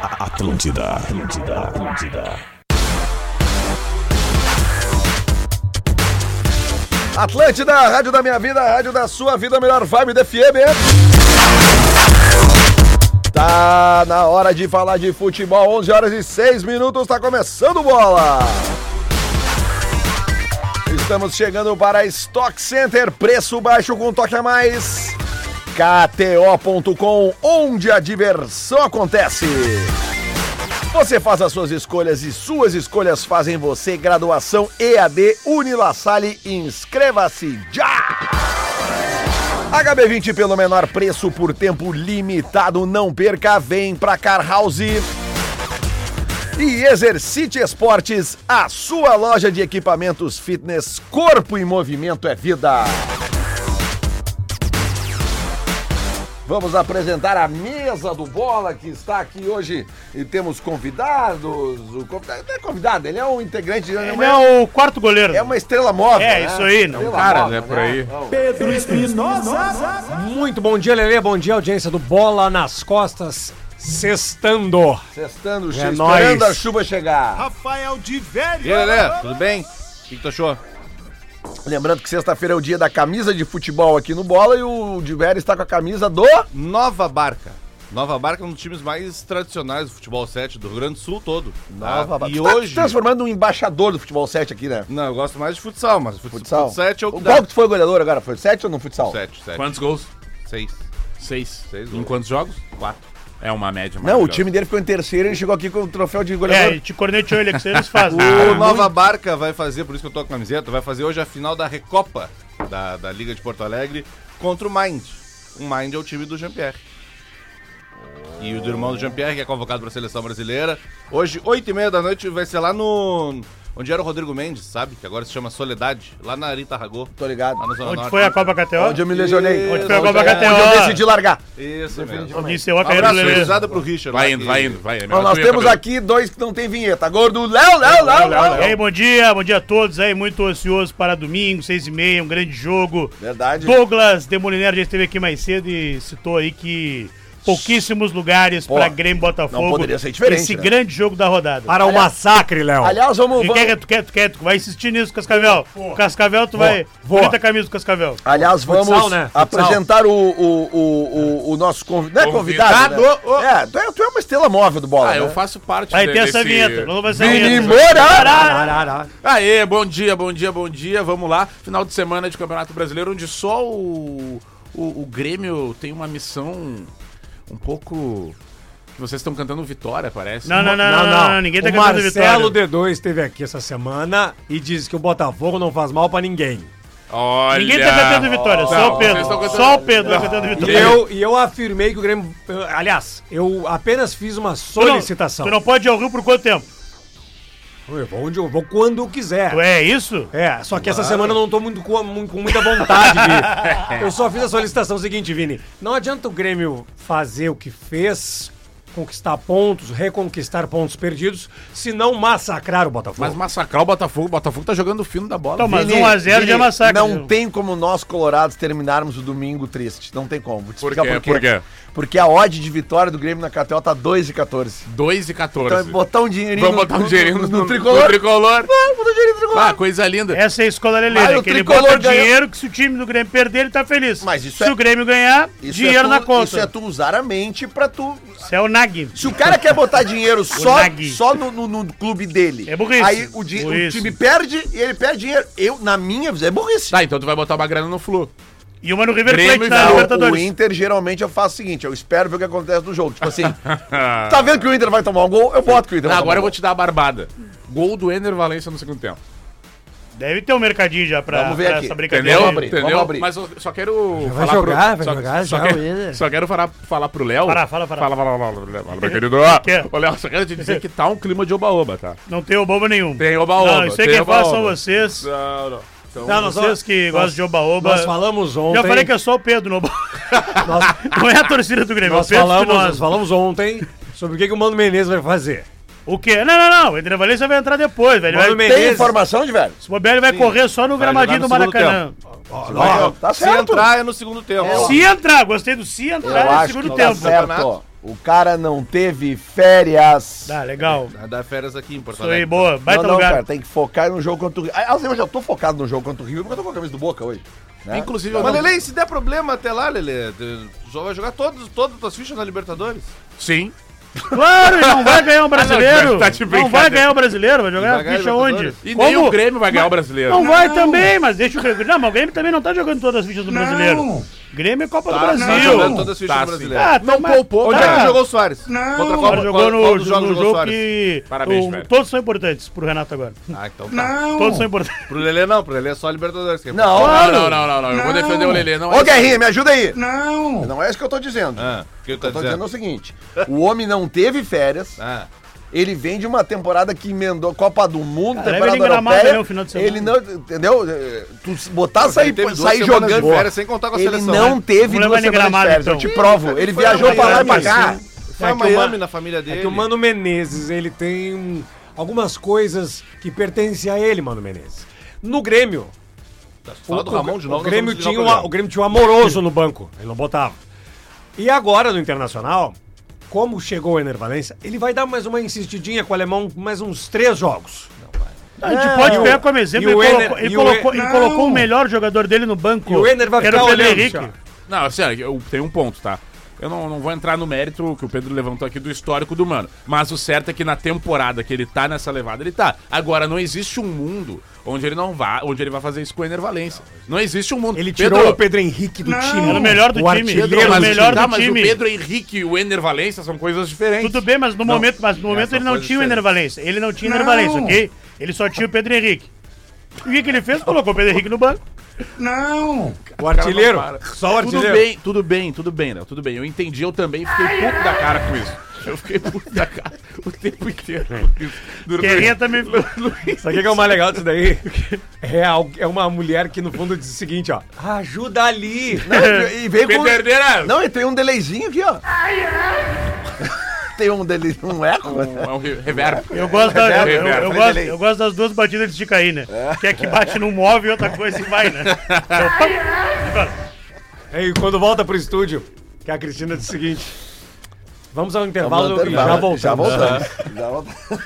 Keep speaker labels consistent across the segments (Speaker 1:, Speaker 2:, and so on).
Speaker 1: Atlântida, Atlântida, Atlântida.
Speaker 2: Atlântida, rádio da minha vida, rádio da sua vida, melhor vibe da FM. Tá na hora de falar de futebol, 11 horas e 6 minutos, tá começando bola. Estamos chegando para Stock Center, preço baixo com toque a mais. KTO.com, onde a diversão acontece. Você faz as suas escolhas e suas escolhas fazem você. Graduação EAD Unilassale. Inscreva-se já! HB20 pelo menor preço por tempo limitado. Não perca, vem pra Car House. E Exercite Esportes, a sua loja de equipamentos fitness. Corpo em movimento é vida. Vamos apresentar a mesa do Bola que está aqui hoje e temos convidados. O convidado, não é convidado, ele é um integrante. Ele é,
Speaker 3: Ele
Speaker 2: uma-
Speaker 3: é o quarto goleiro.
Speaker 2: é uma estrela móvel.
Speaker 3: É,
Speaker 2: né?
Speaker 3: isso aí, não,
Speaker 2: Estrela
Speaker 3: cara,
Speaker 2: móvel, Então,
Speaker 4: né, por aí.
Speaker 2: Não.
Speaker 5: Muito bom dia, Lelê. Bom dia, audiência do Bola nas Costas. Sextando.
Speaker 2: Sextando,
Speaker 5: É
Speaker 2: esperando
Speaker 5: nóis.
Speaker 2: a chuva chegar.
Speaker 3: Rafael de Velho.
Speaker 4: E aí, Lelê, tudo bem? O que, que tu achou?
Speaker 2: Lembrando que sexta-feira é o dia da camisa de futebol aqui no Bola e o Diverio está com a camisa do...
Speaker 4: Nova Barca. Nova Barca é um dos times mais tradicionais do futebol 7 do Rio Grande do Sul todo. tá?
Speaker 2: Nova
Speaker 4: E
Speaker 2: Tu tá
Speaker 4: hoje...
Speaker 2: te transformando num embaixador do futebol 7 aqui, né?
Speaker 4: Não, eu gosto mais de futsal, mas fut-
Speaker 2: Futsal.
Speaker 4: futsal 7 é o que dá.
Speaker 2: Qual que tu foi o goleador agora? Foi 7 ou no futsal?
Speaker 4: 7, 7.
Speaker 6: Quantos gols?
Speaker 4: 6.
Speaker 6: Seis.
Speaker 4: Seis
Speaker 6: em
Speaker 4: gols.
Speaker 6: quantos jogos?
Speaker 4: 4.
Speaker 6: É uma média
Speaker 2: Não, o
Speaker 6: maravilhosa.
Speaker 2: time dele ficou em terceiro e ele chegou aqui com o troféu de
Speaker 3: É,
Speaker 2: goleador.
Speaker 3: e te corneteou ele, é que vocês fazem.
Speaker 4: O
Speaker 3: Ah,
Speaker 4: Nova Barca vai fazer, por isso que eu tô com a camiseta, vai fazer hoje a final da Recopa da, da Liga de Porto Alegre contra o Mind. O Mind é o time do Jean-Pierre. E o do irmão do Jean-Pierre, que é convocado para a seleção brasileira. Hoje, 8h30 da noite, vai ser lá no. Onde era o Rodrigo Mendes, sabe? Que agora se chama Soledade, lá na Arita Ragô.
Speaker 2: Tô ligado.
Speaker 4: Lá na Zona
Speaker 3: Onde
Speaker 4: Norte.
Speaker 3: foi a Copa KTO?
Speaker 2: Onde eu me lesionei.
Speaker 3: Onde foi a Copa
Speaker 2: Onde
Speaker 3: KTO?
Speaker 2: eu decidi largar.
Speaker 4: Isso, mesmo.
Speaker 3: Onde encerrou a
Speaker 4: Um
Speaker 3: carreira do
Speaker 4: abraço,
Speaker 3: Lelê.
Speaker 4: felizada pro Richard. lá
Speaker 6: Vai indo,
Speaker 4: que-
Speaker 6: vai indo, vai. É melhor
Speaker 2: Mas nós
Speaker 6: tu ir,
Speaker 2: temos
Speaker 6: cabelo.
Speaker 2: aqui dois que não tem vinheta. Agora do Léo, Léo, Léo, Léo.
Speaker 3: E aí, bom dia, bom dia a todos aí, muito ansioso para domingo, seis e meia, um grande jogo.
Speaker 2: Verdade.
Speaker 3: Douglas Demoliner já esteve aqui mais cedo e citou aí que pouquíssimos lugares
Speaker 2: Pô,
Speaker 3: para Grêmio e Botafogo.
Speaker 2: não poderia ser diferente,
Speaker 3: Esse
Speaker 2: né?
Speaker 3: grande jogo da rodada.
Speaker 5: Para o massacre, Léo.
Speaker 2: Aliás, vamos...
Speaker 3: E
Speaker 2: vamos-
Speaker 3: quer, que- tu quer, tu quer, tu vai insistir nisso, Cascavel. Cascavel, tu vai.
Speaker 5: vou.
Speaker 3: Bonita a camisa do Cascavel.
Speaker 2: Aliás, vamos
Speaker 5: Futsal, né? Futsal.
Speaker 2: apresentar o, o, o, o, o nosso convidado. Não é convidado? né?
Speaker 6: Convidado.
Speaker 2: É, tu é, tu é uma estrela móvel do bola.
Speaker 6: Ah, eu
Speaker 2: né?
Speaker 6: faço parte
Speaker 3: Vai
Speaker 6: de-
Speaker 3: ter essa
Speaker 6: desse-
Speaker 3: vinheta. Não vai ser a
Speaker 2: Vini
Speaker 3: vinheta.
Speaker 2: Moura!
Speaker 6: Aê, bom dia, bom dia, bom dia. Vamos lá. Final de semana de Campeonato Brasileiro, onde só o, o, o Grêmio tem uma missão um pouco. que Vocês estão cantando vitória, parece.
Speaker 3: Não, não, não, não,
Speaker 5: Não,
Speaker 3: não, não, ninguém tá
Speaker 5: o
Speaker 3: cantando
Speaker 5: Marcelo
Speaker 3: vitória.
Speaker 5: D2 esteve aqui essa semana e disse que o Botafogo não faz mal pra ninguém.
Speaker 6: Olha.
Speaker 3: Ninguém tá cantando vitória, só
Speaker 6: Não,
Speaker 3: o Pedro.
Speaker 6: vocês tão cantando-
Speaker 3: Só o Pedro tá cantando
Speaker 5: E
Speaker 3: vitória.
Speaker 5: eu, e eu afirmei que o Grêmio. eu- Aliás, eu apenas fiz uma
Speaker 3: Tu não-
Speaker 5: solicitação.
Speaker 3: Tu não pode ir ao Rio por quanto tempo?
Speaker 5: Eu vou onde eu vou quando eu quiser.
Speaker 3: Tu é isso?
Speaker 5: É, só que essa semana eu não tô muito com, muito- com muita vontade de ir. Eu só fiz a solicitação seguinte, Vini. Não adianta o Grêmio fazer o que fez, conquistar pontos, reconquistar pontos perdidos, se não massacrar o Botafogo.
Speaker 6: Mas massacrar o Botafogo. O Botafogo tá jogando o fino da bola.
Speaker 3: Então, mas
Speaker 2: Vini,
Speaker 3: 1x0 já é
Speaker 2: Vini,
Speaker 3: massacre.
Speaker 2: Não
Speaker 3: viu?
Speaker 2: tem como nós, colorados, terminarmos o domingo triste. Não tem como. Vou te
Speaker 6: Por
Speaker 2: explicar
Speaker 6: quê? Por quê?
Speaker 2: Porque a odd de vitória do Grêmio na KTO tá 2 e 14.
Speaker 6: 2 e 14.
Speaker 2: Então é botar um dinheirinho
Speaker 6: Vamos botar um dinheirinho
Speaker 2: no,
Speaker 6: no, no
Speaker 2: tricolor.
Speaker 6: tricolor.
Speaker 2: Ah, botar um dinheirinho no tricolor.
Speaker 6: Ah, coisa linda.
Speaker 3: Essa é a escola Lelê,
Speaker 2: Mas
Speaker 3: né?
Speaker 2: o
Speaker 3: Que ele
Speaker 2: tricolor
Speaker 3: bota
Speaker 2: ganhou.
Speaker 3: dinheiro que se o time do Grêmio perder, ele tá feliz.
Speaker 2: Mas isso
Speaker 3: se
Speaker 2: é-
Speaker 3: o Grêmio ganhar,
Speaker 2: Isso
Speaker 3: dinheiro
Speaker 2: é tu-
Speaker 3: na conta.
Speaker 2: Isso é tu usar a mente pra tu...
Speaker 3: Isso é o Nag.
Speaker 2: Se o cara quer botar dinheiro só,
Speaker 3: Nagui.
Speaker 2: só no, no- no clube dele,
Speaker 3: É burrice.
Speaker 2: aí o, di- o
Speaker 3: Burrice.
Speaker 2: time perde e ele perde dinheiro. Eu, na minha visão, é burrice.
Speaker 6: Tá, então tu vai botar uma grana no Flu.
Speaker 3: E uma no River
Speaker 6: Grêmio
Speaker 3: Plate
Speaker 6: e
Speaker 3: na
Speaker 6: Galo.
Speaker 2: O
Speaker 3: tá, Libertadores.
Speaker 2: Inter, geralmente, eu faço o seguinte, eu espero ver o que acontece no jogo. Tipo assim, tá vendo que o Inter vai tomar um gol? Eu boto que o Inter
Speaker 6: Não,
Speaker 3: Então, tá
Speaker 2: vai
Speaker 6: agora eu
Speaker 2: tomar
Speaker 6: vou te dar a barbada. Gol do Ender Valência no segundo tempo.
Speaker 3: Deve ter um mercadinho já pra,
Speaker 2: Vamos ver
Speaker 3: pra
Speaker 2: aqui.
Speaker 3: essa brincadeira.
Speaker 6: Entendeu?
Speaker 2: vamos abrir,
Speaker 6: Entendeu?
Speaker 2: vamos abrir.
Speaker 6: Mas eu só quero.
Speaker 5: vai
Speaker 6: falar
Speaker 5: jogar, vai
Speaker 6: só,
Speaker 5: jogar
Speaker 6: só
Speaker 5: já o
Speaker 6: quero,
Speaker 5: Ender.
Speaker 6: só quero falar, falar pro Léo.
Speaker 3: Fala, fala, fala.
Speaker 6: Fala, fala, fala, fala, fala, meu querido.
Speaker 3: Que?
Speaker 6: Ô, Léo, só quero te dizer que tá um clima de oba-oba, tá?
Speaker 3: Não tem oba-oba nenhum.
Speaker 6: Tem oba-oba.
Speaker 3: Não, isso aí
Speaker 6: tem
Speaker 3: quem fala são
Speaker 6: oba-oba.
Speaker 3: vocês.
Speaker 6: Não, não. Então,
Speaker 5: Não, nós-
Speaker 3: Vocês que
Speaker 5: nós-
Speaker 3: gostam de oba-oba.
Speaker 5: Nós falamos ontem.
Speaker 3: Já falei que é só o Pedro no oba-oba.
Speaker 5: nós,
Speaker 3: Não é a torcida do Grêmio, é o
Speaker 5: nós
Speaker 3: Pedro
Speaker 5: falamos,
Speaker 3: Espinosa.
Speaker 5: nós falamos ontem sobre o que, que o Mano Menezes vai fazer.
Speaker 3: O quê? Não, não, não. O André Valência vai entrar depois, velho.
Speaker 5: Mano
Speaker 3: Vai,
Speaker 2: um. Tem informação, de velho?
Speaker 3: se bobear, ele vai correr só no gramadinho
Speaker 4: jogar
Speaker 3: do
Speaker 4: no segundo
Speaker 3: Maracanã.
Speaker 2: Ó, tá
Speaker 4: Se entrar é no segundo tempo.
Speaker 2: Eu
Speaker 3: Se entrar, gostei do se entrar
Speaker 2: Eu
Speaker 3: no
Speaker 2: acho que
Speaker 3: É, segundo
Speaker 2: tá
Speaker 3: tempo.
Speaker 2: certo. ó. O O cara não teve férias.
Speaker 3: Tá, legal.
Speaker 4: Dá férias aqui em Porto
Speaker 3: Isso aí,
Speaker 4: Alegre.
Speaker 3: boa. Baita
Speaker 2: não, não,
Speaker 3: lugar.
Speaker 2: cara, tem que focar no jogo contra o Rio. Ah, eu já tô focado no jogo contra o Rio, porque eu tô com a camisa do Boca hoje. né?
Speaker 6: Inclusive, eu
Speaker 4: Mas,
Speaker 6: não...
Speaker 4: Lele, se der problema até lá, Lele, tu só vai jogar todos, todas as tuas fichas na Libertadores.
Speaker 6: Sim.
Speaker 3: Claro, e não vai ganhar o
Speaker 6: Ah,
Speaker 3: brasileiro.
Speaker 6: não, tá de
Speaker 3: não vai
Speaker 6: brincadeira.
Speaker 3: ganhar o brasileiro, vai
Speaker 4: Vai
Speaker 3: jogar
Speaker 4: ganhar
Speaker 3: É, ficha onde?
Speaker 4: Libertadores.
Speaker 6: E nem
Speaker 3: Como?
Speaker 6: o Grêmio vai ganhar o brasileiro.
Speaker 3: Não, vai também, mas deixa o Grêmio. Não, mas o Grêmio também não tá jogando todas as fichas do brasileiro. Grêmio é Copa do
Speaker 4: Tá
Speaker 3: Brasil.
Speaker 4: jogando todas as fichas
Speaker 6: Tá,
Speaker 4: do
Speaker 6: sim.
Speaker 4: brasileiro.
Speaker 3: Ah, tá,
Speaker 6: Não
Speaker 3: mas-
Speaker 6: poupou,
Speaker 4: Onde é
Speaker 3: tá.
Speaker 4: que jogou o Soares? Contra
Speaker 3: Agora jogou no,
Speaker 4: qual dos
Speaker 3: no
Speaker 4: jogos jogou o
Speaker 3: jogo
Speaker 4: Soares?
Speaker 3: que.
Speaker 6: Parabéns,
Speaker 3: o-
Speaker 6: velho.
Speaker 3: todos são importantes pro Renato agora.
Speaker 4: Ah, então tá.
Speaker 3: Todos são importantes.
Speaker 4: Pro Lele não, pro Lele é só Libertadores. Que é
Speaker 2: Não,
Speaker 6: Não, não, não, não, não. Eu vou defender o Lelê. Não
Speaker 2: Ô,
Speaker 6: é isso.
Speaker 2: Guerrinha, me ajuda aí. Não. Não é isso que eu tô dizendo.
Speaker 4: Ah, o que eu
Speaker 2: O
Speaker 4: tô
Speaker 2: que eu tô dizendo é
Speaker 4: dizendo?
Speaker 2: o seguinte. O homem não teve férias.
Speaker 4: Ah,
Speaker 2: Ele vem de uma temporada que emendou Copa do Mundo,
Speaker 3: Cara,
Speaker 2: temporada
Speaker 3: ele vem em Gramado,
Speaker 2: europeia.
Speaker 3: né, o final de semana.
Speaker 2: Ele não, entendeu? Eh, Tu botar
Speaker 4: Ele
Speaker 2: sair,
Speaker 4: teve duas
Speaker 2: sair
Speaker 4: semanas de
Speaker 2: jogando
Speaker 4: férias sem contar com a
Speaker 2: ele
Speaker 4: seleção,
Speaker 2: não
Speaker 4: né?
Speaker 2: teve
Speaker 3: Vamos
Speaker 2: duas
Speaker 3: levar ele
Speaker 2: semanas de
Speaker 3: em Gramado,
Speaker 2: férias, eu
Speaker 3: então.
Speaker 2: te provo. Ele
Speaker 4: foi a
Speaker 2: viajou pra lá e pra
Speaker 4: Miami,
Speaker 2: cá.
Speaker 4: sim. Foi
Speaker 5: É
Speaker 4: a
Speaker 5: que o Ma-
Speaker 4: Miami na família
Speaker 5: É
Speaker 4: dele.
Speaker 5: que o Mano Menezes, ele tem hum, algumas coisas que pertencem a ele, Mano Menezes. No Grêmio,
Speaker 4: Fala do Ramon de
Speaker 5: o
Speaker 4: novo. nós
Speaker 5: Grêmio
Speaker 4: vamos desligar
Speaker 5: tinha o,
Speaker 4: programa.
Speaker 5: o Grêmio tinha o amoroso no banco, ele não botava. E agora no Internacional, como chegou o Ener Valencia, ele vai dar mais uma insistidinha com o alemão, mais uns três jogos.
Speaker 3: A gente
Speaker 5: Não.
Speaker 3: pode pegar como exemplo,
Speaker 5: E o
Speaker 3: ele,
Speaker 5: Ener-
Speaker 3: colocou, ele,
Speaker 5: e o
Speaker 3: colocou,
Speaker 5: En-
Speaker 3: ele
Speaker 5: Não.
Speaker 3: colocou o melhor jogador dele no banco.
Speaker 5: E o Ener vai
Speaker 3: que era o
Speaker 5: ficar
Speaker 3: Pedro
Speaker 5: olhando,
Speaker 3: Henrique.
Speaker 5: senhor.
Speaker 6: Não, sério, eu tenho um ponto, tá? Eu não, não vou entrar no mérito que o Pedro levantou aqui do histórico do Mano. Mas o certo é que na temporada que ele tá nessa levada, ele tá. Agora, não existe um mundo onde ele não vá, onde ele vai fazer isso com o Ener Valência. Não existe um mundo.
Speaker 5: Ele tirou o Pedro Henrique do time.
Speaker 3: Era o melhor do time.
Speaker 5: artilheiro.
Speaker 3: Pedro,
Speaker 6: mas,
Speaker 3: o melhor
Speaker 6: tá,
Speaker 3: do
Speaker 6: mas
Speaker 3: time.
Speaker 6: o Pedro Henrique e o Ener Valência são coisas diferentes.
Speaker 3: Tudo bem, mas no momento, mas no momento ele não
Speaker 4: coisa
Speaker 3: tinha o
Speaker 4: diferente.
Speaker 3: Enervalência. Ele não tinha Enervalência, ok? Ele só tinha o Pedro Henrique. E o que, que ele fez? Colocou o Pedro Henrique no banco.
Speaker 5: O artilheiro.
Speaker 6: Cara, não para.
Speaker 5: Só o
Speaker 6: Tudo
Speaker 5: artilheiro.
Speaker 6: bem, tudo bem, tudo bem, Léo, tudo bem. Eu entendi, eu também fiquei puto da cara com isso. Eu fiquei puto da cara o tempo inteiro. com isso. Durante-
Speaker 3: Guerrinha é também.
Speaker 6: Luiz.
Speaker 5: Sabe o que é o mais legal disso daí? É, al- é uma mulher que no fundo diz o seguinte, ó. Ajuda ali.
Speaker 2: Não, e veio com... um-
Speaker 6: Pederneiras!
Speaker 2: Não, e tem um delayzinho aqui, ó. tem um delay, um eco. né?
Speaker 6: É um re- reverb.
Speaker 3: Eu gosto, da- eu- eu,
Speaker 6: Reverso.
Speaker 3: eu gosto, eu gosto das duas batidas antes de cair, né? Que é que bate num móvel e outra coisa e vai, né? Então, pam, agora,
Speaker 5: E quando volta pro estúdio, que a Cristina diz o seguinte. Vamos ao intervalo
Speaker 2: Vamos
Speaker 5: e
Speaker 2: ao
Speaker 5: já
Speaker 2: intervalo,
Speaker 5: voltamos.
Speaker 2: Já voltamos. Já voltamos.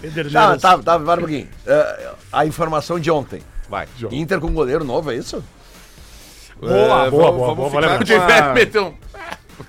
Speaker 3: Pederneiras.
Speaker 2: Tá, tá, tá, para um pouquinho. Eh, a informação de ontem.
Speaker 4: Vai, João.
Speaker 2: Inter com goleiro novo, é isso?
Speaker 5: Boa, boa,
Speaker 4: É,
Speaker 5: boa,
Speaker 4: vamos-
Speaker 5: boa,
Speaker 4: vamos
Speaker 5: vou
Speaker 4: ficar
Speaker 5: lembrar.
Speaker 4: com a-
Speaker 6: Tiver, meteu um-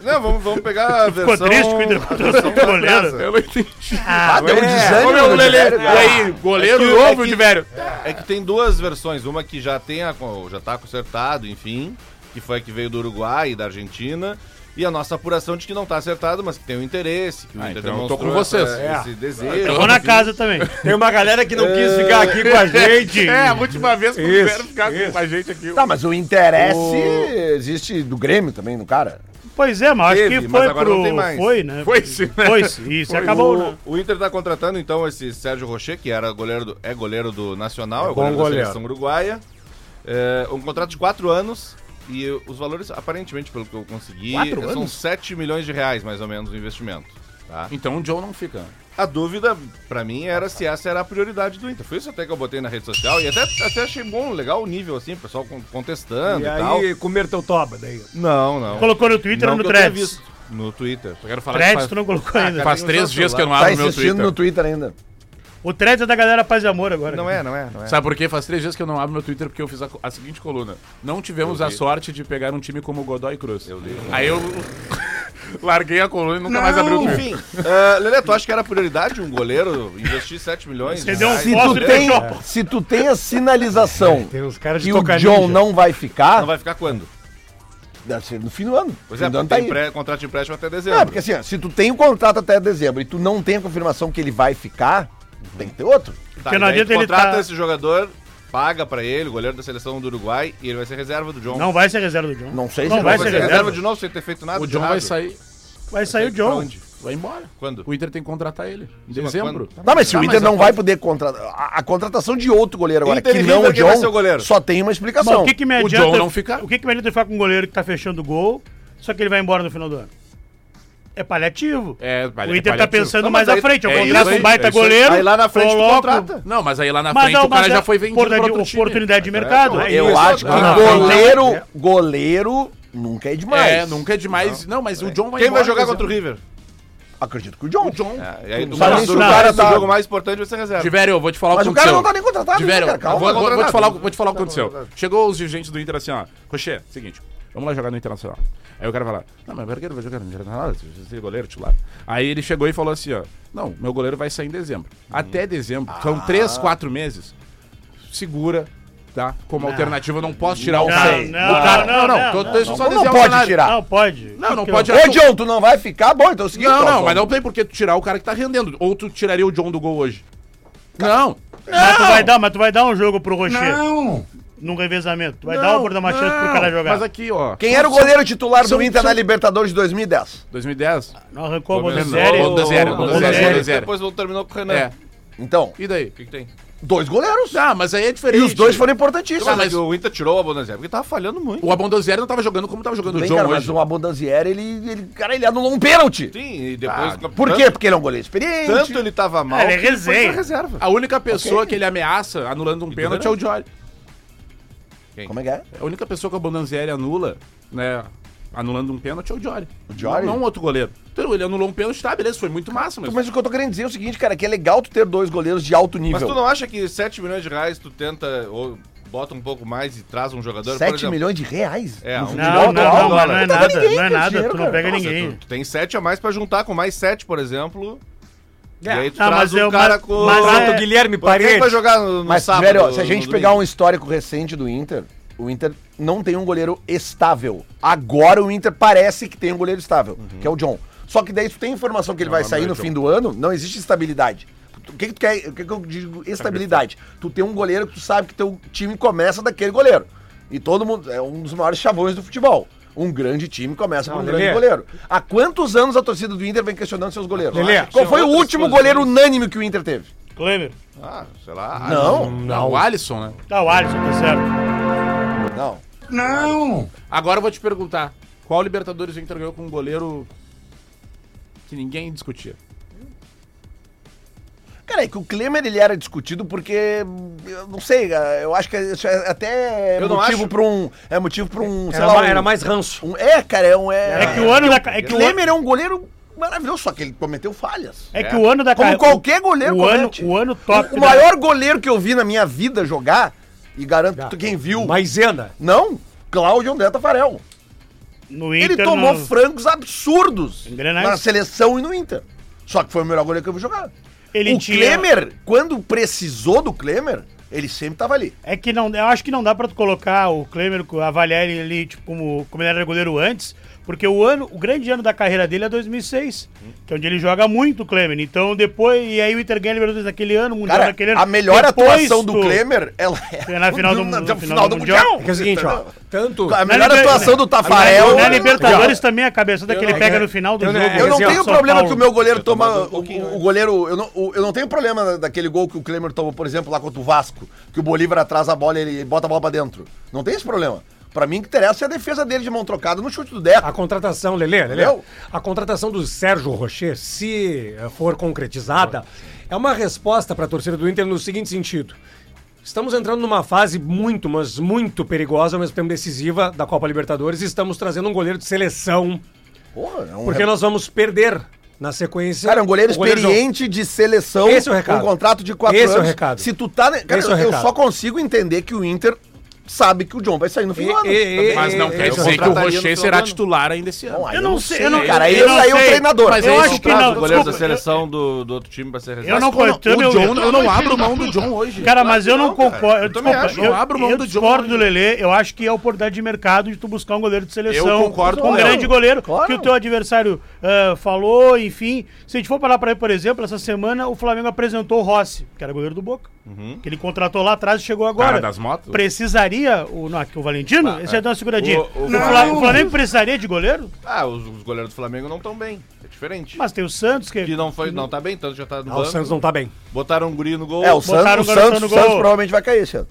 Speaker 4: Não, vamos, vamos pegar a versão...
Speaker 3: Ficou triste com o Inter contra o São Paulo, né?
Speaker 6: Eu não entendi.
Speaker 2: Ah, deu um desânimo.
Speaker 6: Ô, meu,
Speaker 2: no
Speaker 6: é Lelê,
Speaker 2: Diverio,
Speaker 6: E
Speaker 2: cara.
Speaker 6: aí, goleiro
Speaker 4: É que-
Speaker 6: novo,
Speaker 4: é que-
Speaker 6: de velho?
Speaker 4: É que tem duas versões, uma que já tem a, já tá consertado, enfim, que foi a que veio do Uruguai e da Argentina, e a nossa apuração de que não tá acertado, mas que tem o interesse, que o
Speaker 6: Ah,
Speaker 4: Inter
Speaker 6: então eu tô
Speaker 4: demonstrou
Speaker 6: com vocês. Então
Speaker 4: essa- esse desejo.
Speaker 6: Eu
Speaker 3: Vou na casa também.
Speaker 5: Tem uma galera que não quis ficar aqui com a gente.
Speaker 6: É, a última vez que
Speaker 5: Isso,
Speaker 6: o ficar
Speaker 5: isso.
Speaker 6: com a gente aqui.
Speaker 2: Tá, mas o interesse
Speaker 4: O-
Speaker 2: existe do Grêmio também, no cara?
Speaker 3: Pois é, mas acho
Speaker 4: Teve,
Speaker 3: que
Speaker 4: mas
Speaker 3: foi
Speaker 4: agora não tem
Speaker 3: pro.
Speaker 4: mais.
Speaker 3: Foi, né?
Speaker 6: Foi-se, né?
Speaker 3: Foi-se. Isso,
Speaker 6: Foi.
Speaker 3: acabou,
Speaker 4: o,
Speaker 3: né?
Speaker 4: o Inter tá contratando então esse Sérgio Rocher, que era goleiro do, é goleiro do Nacional, é,
Speaker 5: bom
Speaker 4: goleiro,
Speaker 5: goleiro.
Speaker 4: da seleção uruguaia. É, um contrato de quatro anos e os valores, aparentemente, pelo que eu consegui,
Speaker 6: Quatro
Speaker 4: são
Speaker 6: anos?
Speaker 4: 7 milhões de reais, mais ou menos, o investimento. Tá?
Speaker 6: Então o Joe não fica.
Speaker 4: A dúvida, pra mim, era se essa era a prioridade do Inter. Foi isso até que eu botei na rede social e até, até achei bom, legal o nível, assim, o pessoal con- contestando e,
Speaker 5: E
Speaker 4: tal.
Speaker 5: aí, comer teu toba daí.
Speaker 4: Não, não.
Speaker 3: Colocou no Twitter
Speaker 4: Não
Speaker 3: ou no
Speaker 4: que eu tenha
Speaker 3: Threads?
Speaker 4: visto. Ah, No Twitter.
Speaker 6: Eu quero falar que
Speaker 3: Threads
Speaker 6: faz,
Speaker 3: tu não um colocou ainda.
Speaker 6: faz três dias que eu não
Speaker 2: Tá
Speaker 6: abro meu
Speaker 2: insistindo
Speaker 6: Twitter.
Speaker 2: no Twitter ainda.
Speaker 3: O Threads é da galera Paz e Amor agora.
Speaker 4: Não é, não é, não é.
Speaker 6: Sabe por quê? Faz três dias que eu não abro meu Twitter porque eu fiz a, co- a seguinte coluna. Não tivemos a sorte de pegar um time como Godoy Cruz. Eu Aí eu larguei a coluna e nunca mais abri o Twitter.
Speaker 4: Enfim, uh, Lelê, tu acha que era prioridade um goleiro investir 7 milhões?
Speaker 3: Você deu um
Speaker 2: Se
Speaker 3: Posso
Speaker 2: tu,
Speaker 3: ir
Speaker 2: tem,
Speaker 3: pro shopping.
Speaker 2: se tu tem a sinalização
Speaker 5: Tem uns caras de né?
Speaker 2: que o
Speaker 5: toca
Speaker 2: John
Speaker 5: ninja.
Speaker 2: não vai ficar,
Speaker 4: Não vai ficar quando?
Speaker 2: deve ser no fim do ano.
Speaker 4: Pois
Speaker 2: fim
Speaker 4: é,
Speaker 2: do ano
Speaker 4: porque
Speaker 2: tá
Speaker 4: tem
Speaker 2: aí.
Speaker 4: pré- contrato de empréstimo até dezembro.
Speaker 2: É, porque assim, ó, se tu tem o contrato até dezembro e tu não tem a confirmação que ele vai ficar, tem que ter outro.
Speaker 4: tá,
Speaker 3: porque
Speaker 4: e
Speaker 3: não
Speaker 4: daí tu
Speaker 3: adianta ele
Speaker 4: contrata
Speaker 3: tá-
Speaker 4: esse jogador, paga pra ele, goleiro da seleção do Uruguai, e ele vai ser reserva do John.
Speaker 3: Não vai ser reserva do John.
Speaker 2: Não sei se
Speaker 3: não
Speaker 2: ele
Speaker 3: vai
Speaker 4: vai
Speaker 3: ser
Speaker 4: reserva.
Speaker 3: reserva.
Speaker 4: de novo sem ter feito nada
Speaker 6: O
Speaker 4: de
Speaker 6: John vai
Speaker 4: errado.
Speaker 6: sair.
Speaker 3: Vai sair o John.
Speaker 4: Onde?
Speaker 6: Vai embora.
Speaker 4: Quando?
Speaker 6: O Inter tem que contratar ele. Em
Speaker 4: mas
Speaker 6: dezembro.
Speaker 2: Não, mas se o
Speaker 6: Ah,
Speaker 2: Inter
Speaker 6: mas
Speaker 2: não
Speaker 6: a-
Speaker 2: vai poder contratar. A, a contratação de outro goleiro agora,
Speaker 4: Inter
Speaker 2: que
Speaker 4: e
Speaker 2: não o
Speaker 4: River, é quem vai
Speaker 2: John,
Speaker 4: ser o goleiro?
Speaker 2: só tem uma
Speaker 3: Mas
Speaker 2: explicação.
Speaker 3: o que, que me
Speaker 6: o
Speaker 3: adianta?
Speaker 6: John não fica.
Speaker 3: O que, que me adianta eu ficar com um goleiro que tá fechando o gol, só que ele vai embora no final do ano? É paliativo.
Speaker 6: É,
Speaker 3: o Inter tá
Speaker 6: paliativo.
Speaker 3: pensando
Speaker 4: Não, mas
Speaker 3: mais à
Speaker 4: aí-
Speaker 3: frente. Eu
Speaker 6: é
Speaker 3: contrato
Speaker 6: isso aí,
Speaker 3: um baita
Speaker 6: é isso aí.
Speaker 3: goleiro.
Speaker 4: Aí lá na frente tu
Speaker 3: coloco,
Speaker 4: contrata.
Speaker 6: Não, mas aí lá na
Speaker 3: Mas,
Speaker 6: frente
Speaker 3: não,
Speaker 6: o cara
Speaker 3: mas é
Speaker 6: já foi vendido pra É,
Speaker 3: oportunidade,
Speaker 6: outro time.
Speaker 3: oportunidade de mercado.
Speaker 4: não,
Speaker 3: É
Speaker 2: Eu
Speaker 3: isso.
Speaker 2: acho que
Speaker 5: Ah,
Speaker 2: goleiro, goleiro Nunca é demais.
Speaker 6: É, nunca é demais. Não, mas o John vai
Speaker 4: Quem
Speaker 6: embora,
Speaker 4: vai
Speaker 6: é.
Speaker 4: jogar
Speaker 6: por
Speaker 4: contra o River?
Speaker 2: Acredito que o John.
Speaker 6: exemplo. O John.
Speaker 4: É, e aí,
Speaker 2: sabe nem se o cara
Speaker 4: o
Speaker 2: tá-
Speaker 4: jogo mais importante vai ser reserva.
Speaker 6: Tiverio, eu vou te falar
Speaker 2: Mas
Speaker 6: o
Speaker 2: o
Speaker 6: que aconteceu.
Speaker 2: cara não tá nem contratado,
Speaker 6: Tiverio,
Speaker 2: né, cara? Calma.
Speaker 6: vou, vou- vou te
Speaker 4: contratado.
Speaker 6: falar, o- vou te falar o que aconteceu.
Speaker 4: contratado.
Speaker 6: Chegou os dirigentes do Inter assim, ó. Rocher, seguinte, vamos lá jogar no Internacional. Aí o cara fala, não, mas é eu quero jogar no Internacional, você é goleiro, titular. Aí ele chegou e falou assim, ó, não, meu goleiro vai sair em dezembro. Até dezembro,
Speaker 2: Ah.
Speaker 6: são três, quatro meses, segura, tá? Como alternativa, eu não posso tirar o
Speaker 3: Não,
Speaker 6: cara.
Speaker 3: não,
Speaker 6: assim, o cara,
Speaker 3: não, não,
Speaker 6: tô-
Speaker 3: não,
Speaker 6: deixa eu só
Speaker 2: não, não
Speaker 6: desenhar o
Speaker 2: pode
Speaker 6: cenário.
Speaker 2: tirar.
Speaker 3: Não, pode.
Speaker 6: Não, não
Speaker 3: Porque
Speaker 6: pode-
Speaker 2: Ô, John, tu não vai ficar? Bom, então é o seguinte...
Speaker 6: Não, não,
Speaker 2: Alfonso.
Speaker 6: mas não tem por que tu tirar o cara que tá rendendo. Ou tu tiraria o John do gol hoje. Não!
Speaker 3: Mas tu, vai dar, mas tu vai dar um jogo pro Rocher. Não! Num revezamento. Tu vai dar
Speaker 6: Não,
Speaker 3: ou por dar uma chance pro
Speaker 6: não.
Speaker 3: cara jogar.
Speaker 6: Mas aqui, ó.
Speaker 2: Quem era o goleiro titular do
Speaker 6: são-
Speaker 2: Inter
Speaker 6: são-
Speaker 2: na Libertadores de 2010?
Speaker 6: 2010?
Speaker 3: Não arrancou a
Speaker 6: Sério?
Speaker 3: Bondeseri.
Speaker 4: Fernando.
Speaker 6: Bondesieri, Bondesieri,
Speaker 3: Bondesieri.
Speaker 6: Bondesieri.
Speaker 4: Depois vou terminar com o Renan.
Speaker 6: É.
Speaker 2: Então,
Speaker 6: E daí?
Speaker 4: O que, que tem?
Speaker 2: dois goleiros.
Speaker 6: Ah, mas aí é diferente.
Speaker 2: E os dois foram importantíssimos.
Speaker 6: Tá,
Speaker 4: Mas,
Speaker 6: mas-
Speaker 4: o Inter tirou a Bonanzera porque tava falhando muito.
Speaker 6: O Abondozieri não tava jogando como tava jogando
Speaker 2: Tudo
Speaker 6: o
Speaker 2: bem,
Speaker 6: John
Speaker 2: cara, mas
Speaker 6: hoje.
Speaker 2: o Abondanzieri, ele, ele, cara, ele anulou um pênalti. Tá.
Speaker 4: Sim, e depois.
Speaker 2: Por quê? Porque ele é um goleiro experiente.
Speaker 4: Tanto ele tava mal.
Speaker 3: Ah, ele é
Speaker 4: que foi
Speaker 3: resenha.
Speaker 4: pra reserva.
Speaker 6: A única pessoa que ele ameaça anulando um pênalti é o Jory.
Speaker 2: Como é que é?
Speaker 6: A única pessoa que o Abondozieri anula, né? Anulando um pênalti é o Jory. O
Speaker 2: Jory?
Speaker 6: Não, não outro goleiro. Então, ele anulou um pênalti, tá, beleza, foi muito massa, mas.
Speaker 2: Mas o que eu tô querendo dizer é o seguinte, cara, que é legal tu ter dois goleiros de alto Ah, nível.
Speaker 4: Mas tu não acha que 7 milhões de reais tu tenta ou bota um pouco mais e traz um jogador?
Speaker 2: 7 milhões de reais?
Speaker 4: É,
Speaker 2: no
Speaker 4: um-
Speaker 2: futebol
Speaker 3: Não, não,
Speaker 2: atual?
Speaker 3: não, mas não é
Speaker 2: pega
Speaker 3: nada.
Speaker 2: ninguém
Speaker 3: Não é
Speaker 2: com esse
Speaker 3: nada.
Speaker 2: dinheiro,
Speaker 3: Tu não
Speaker 2: cara.
Speaker 3: pega
Speaker 4: Nossa,
Speaker 3: ninguém.
Speaker 4: Tu, tu tem 7 a mais pra juntar com mais 7, por exemplo. E aí tu
Speaker 3: Ah,
Speaker 4: traz
Speaker 3: mas
Speaker 4: um
Speaker 3: eu-
Speaker 4: cara
Speaker 3: mas-
Speaker 4: com.
Speaker 3: mas
Speaker 5: Contrata
Speaker 3: é-
Speaker 5: o Guilherme
Speaker 4: Quem vai
Speaker 5: Paredes.
Speaker 4: jogar no, no
Speaker 2: Mas,
Speaker 4: sábado?
Speaker 2: velho, se a
Speaker 4: no
Speaker 2: gente
Speaker 4: domingo?
Speaker 2: pegar um histórico recente do Inter, o Inter não tem um goleiro estável. Agora o Inter parece que tem um goleiro estável, que é o John. Só que daí tu tem informação que ele vai sair no fim do ano, não existe estabilidade. O que, que tu quer? O que, que eu digo estabilidade? Tu tem um goleiro que tu sabe que teu time começa daquele goleiro. E todo mundo. É um dos maiores chavões do futebol. Um grande time começa por um grande
Speaker 5: Lelê.
Speaker 2: goleiro. Há quantos anos a torcida do Inter vem questionando seus goleiros?
Speaker 5: Lelê.
Speaker 2: Qual foi o
Speaker 4: Outras
Speaker 2: último
Speaker 4: coisas,
Speaker 2: goleiro unânime que o Inter teve?
Speaker 3: Klemer.
Speaker 4: Ah, sei lá.
Speaker 2: Não,
Speaker 6: Não, o Alisson, né?
Speaker 3: Tá, o Alisson, tá certo.
Speaker 2: não.
Speaker 6: Agora eu vou te perguntar: qual Libertadores o Inter ganhou com um goleiro que ninguém discutia?
Speaker 2: Cara, é que o Klemer ele era discutido porque eu não sei, eu acho que isso é até
Speaker 4: Eu não
Speaker 2: motivo
Speaker 4: acho.
Speaker 2: para um, é motivo para um, sei
Speaker 5: Era,
Speaker 2: lá,
Speaker 5: ma-
Speaker 2: um-
Speaker 5: era mais ranço.
Speaker 2: um- é, cara, é um é,
Speaker 3: É que o ano da. ca- É que o ano-
Speaker 2: Klemer é um goleiro maravilhoso, só que ele cometeu falhas.
Speaker 3: É que o ano da
Speaker 2: Como
Speaker 3: carre-
Speaker 2: qualquer goleiro
Speaker 3: o ano,
Speaker 2: comete.
Speaker 3: o ano top.
Speaker 2: o
Speaker 3: da-
Speaker 2: maior goleiro que eu vi na minha vida jogar e garanto que quem viu,
Speaker 5: Maisena.
Speaker 2: não, Cláudio André Tafarel.
Speaker 3: no
Speaker 2: Ele
Speaker 3: Inter,
Speaker 2: tomou
Speaker 3: no-
Speaker 2: frangos absurdos
Speaker 3: Em Grenais.
Speaker 2: na seleção e no Inter. Só que foi o melhor goleiro que eu vi jogar.
Speaker 3: Ele
Speaker 2: o
Speaker 3: tinha-
Speaker 2: Klemer, quando precisou do Klemer, ele sempre tava ali.
Speaker 3: É que não, eu acho que não dá pra tu colocar o Klemer, co- avaliar ele ali, tipo, como, como ele era goleiro antes, porque o ano, o grande ano da carreira dele é 2006, que é onde ele joga muito o Klemer. Então depois, e aí o Inter ganha a Libertadores naquele ano, o Mundial
Speaker 2: Cara,
Speaker 3: Então, naquele ano.
Speaker 2: a melhor
Speaker 3: Depois
Speaker 2: atuação do
Speaker 3: tu-
Speaker 2: Klemer, ela é,
Speaker 3: É na final do-
Speaker 2: na,
Speaker 3: no
Speaker 2: final, do Mundial.
Speaker 5: É que é o seguinte, ó. Tanto.
Speaker 2: A melhor
Speaker 3: Liber-
Speaker 2: atuação do Tafarel.
Speaker 3: Na Libertadores
Speaker 2: Aqui,
Speaker 3: também, a cabeçada que ele
Speaker 5: não-
Speaker 3: pega no final do
Speaker 5: Eu
Speaker 3: jogo.
Speaker 5: não-
Speaker 2: ó, Eu não
Speaker 5: Exemplo,
Speaker 2: tenho
Speaker 3: assim, São
Speaker 2: problema
Speaker 3: Paulo.
Speaker 2: que o meu goleiro toma.
Speaker 4: um pouquinho,
Speaker 2: o,
Speaker 4: né?
Speaker 2: o goleiro. Eu não, o- eu não tenho problema daquele gol que o Klemer tomou, por exemplo, lá contra o Vasco. Que o Bolívar atrasa a bola e ele bota a bola pra dentro. Não tem esse problema. Pra mim, o que interessa é a defesa dele de mão trocada no chute do Deco.
Speaker 5: A contratação, Lelê, Lelê,
Speaker 2: Entendeu?
Speaker 5: a contratação do Sérgio Rocher, se eh, for concretizada, é uma resposta para a torcida do Inter no seguinte sentido. Estamos entrando numa fase muito, mas muito perigosa, ao mesmo tempo decisiva, da Copa Libertadores e estamos trazendo um goleiro de seleção,
Speaker 2: Porra, é um
Speaker 5: porque nós vamos perder na sequência.
Speaker 2: Cara, é um goleiro
Speaker 5: o
Speaker 2: experiente de seleção.
Speaker 5: Esse é o recado.
Speaker 2: Um contrato de quatro
Speaker 5: Esse é o
Speaker 2: anos.
Speaker 5: recado.
Speaker 2: Se tu tá. ne- Cara,
Speaker 5: Esse é o
Speaker 2: eu
Speaker 5: recado.
Speaker 2: só consigo entender que o Inter sabe que o John vai sair no fim do
Speaker 5: E-
Speaker 2: ano.
Speaker 5: e- e-
Speaker 6: Mas não
Speaker 2: É,
Speaker 5: e-
Speaker 6: quer
Speaker 5: eu
Speaker 6: dizer que o
Speaker 4: contrataria no
Speaker 6: Rocher
Speaker 4: final
Speaker 6: será
Speaker 4: do ano.
Speaker 6: titular ainda esse ano.
Speaker 2: Bom, Então, aí
Speaker 3: Eu não sei, eu não
Speaker 2: Cara, aí
Speaker 3: eu não
Speaker 2: saiu o
Speaker 3: sei.
Speaker 2: treinador.
Speaker 6: Mas
Speaker 4: É,
Speaker 3: eu
Speaker 6: aí
Speaker 3: acho
Speaker 6: só
Speaker 3: que
Speaker 4: Traz
Speaker 3: não.
Speaker 4: um o goleiro da
Speaker 3: desculpa,
Speaker 4: seleção do, do outro time pra ser reserva.
Speaker 3: Eu não
Speaker 6: Não,
Speaker 3: cortando,
Speaker 6: o
Speaker 3: eu,
Speaker 6: John, eu
Speaker 3: eu,
Speaker 6: não abro mão do
Speaker 3: é
Speaker 6: John hoje.
Speaker 3: Cara, mas eu não
Speaker 4: cara.
Speaker 3: concordo. Eu,
Speaker 4: Eu também
Speaker 3: desculpa,
Speaker 4: acho,
Speaker 3: eu,
Speaker 6: eu abro mão
Speaker 3: eu
Speaker 6: do John
Speaker 3: discordo
Speaker 6: hoje.
Speaker 3: do Lelê. Eu acho que é a oportunidade de mercado de tu buscar um goleiro de seleção.
Speaker 6: Eu concordo
Speaker 3: com
Speaker 6: com
Speaker 3: um
Speaker 6: ele.
Speaker 3: grande goleiro
Speaker 2: Claro.
Speaker 3: que o teu adversário ah, falou, enfim. Se a gente for parar pra ver, por exemplo, essa semana o Flamengo apresentou o Rossi, que era goleiro do Boca. Que ele contratou lá atrás e chegou agora.
Speaker 6: Cara das motos?
Speaker 3: Precisaria o, não, aqui, o Valentino? Esse é. dá uma seguradinha.
Speaker 4: O- o-
Speaker 3: O Fla- o Flamengo precisaria de goleiro?
Speaker 4: Ah, os, os goleiros do Flamengo não estão bem. É diferente.
Speaker 3: Mas tem o Santos que.
Speaker 4: Que não, foi, não tá bem, tanto já tá no
Speaker 5: Ah,
Speaker 2: né?
Speaker 5: o
Speaker 4: banco.
Speaker 5: Santos não tá bem.
Speaker 4: Botaram um guri no gol.
Speaker 2: É, o Santos,
Speaker 3: Botaram
Speaker 2: o
Speaker 3: o garotão
Speaker 2: Santos,
Speaker 3: no
Speaker 2: o Santos
Speaker 3: gol.
Speaker 2: provavelmente vai cair esse ano.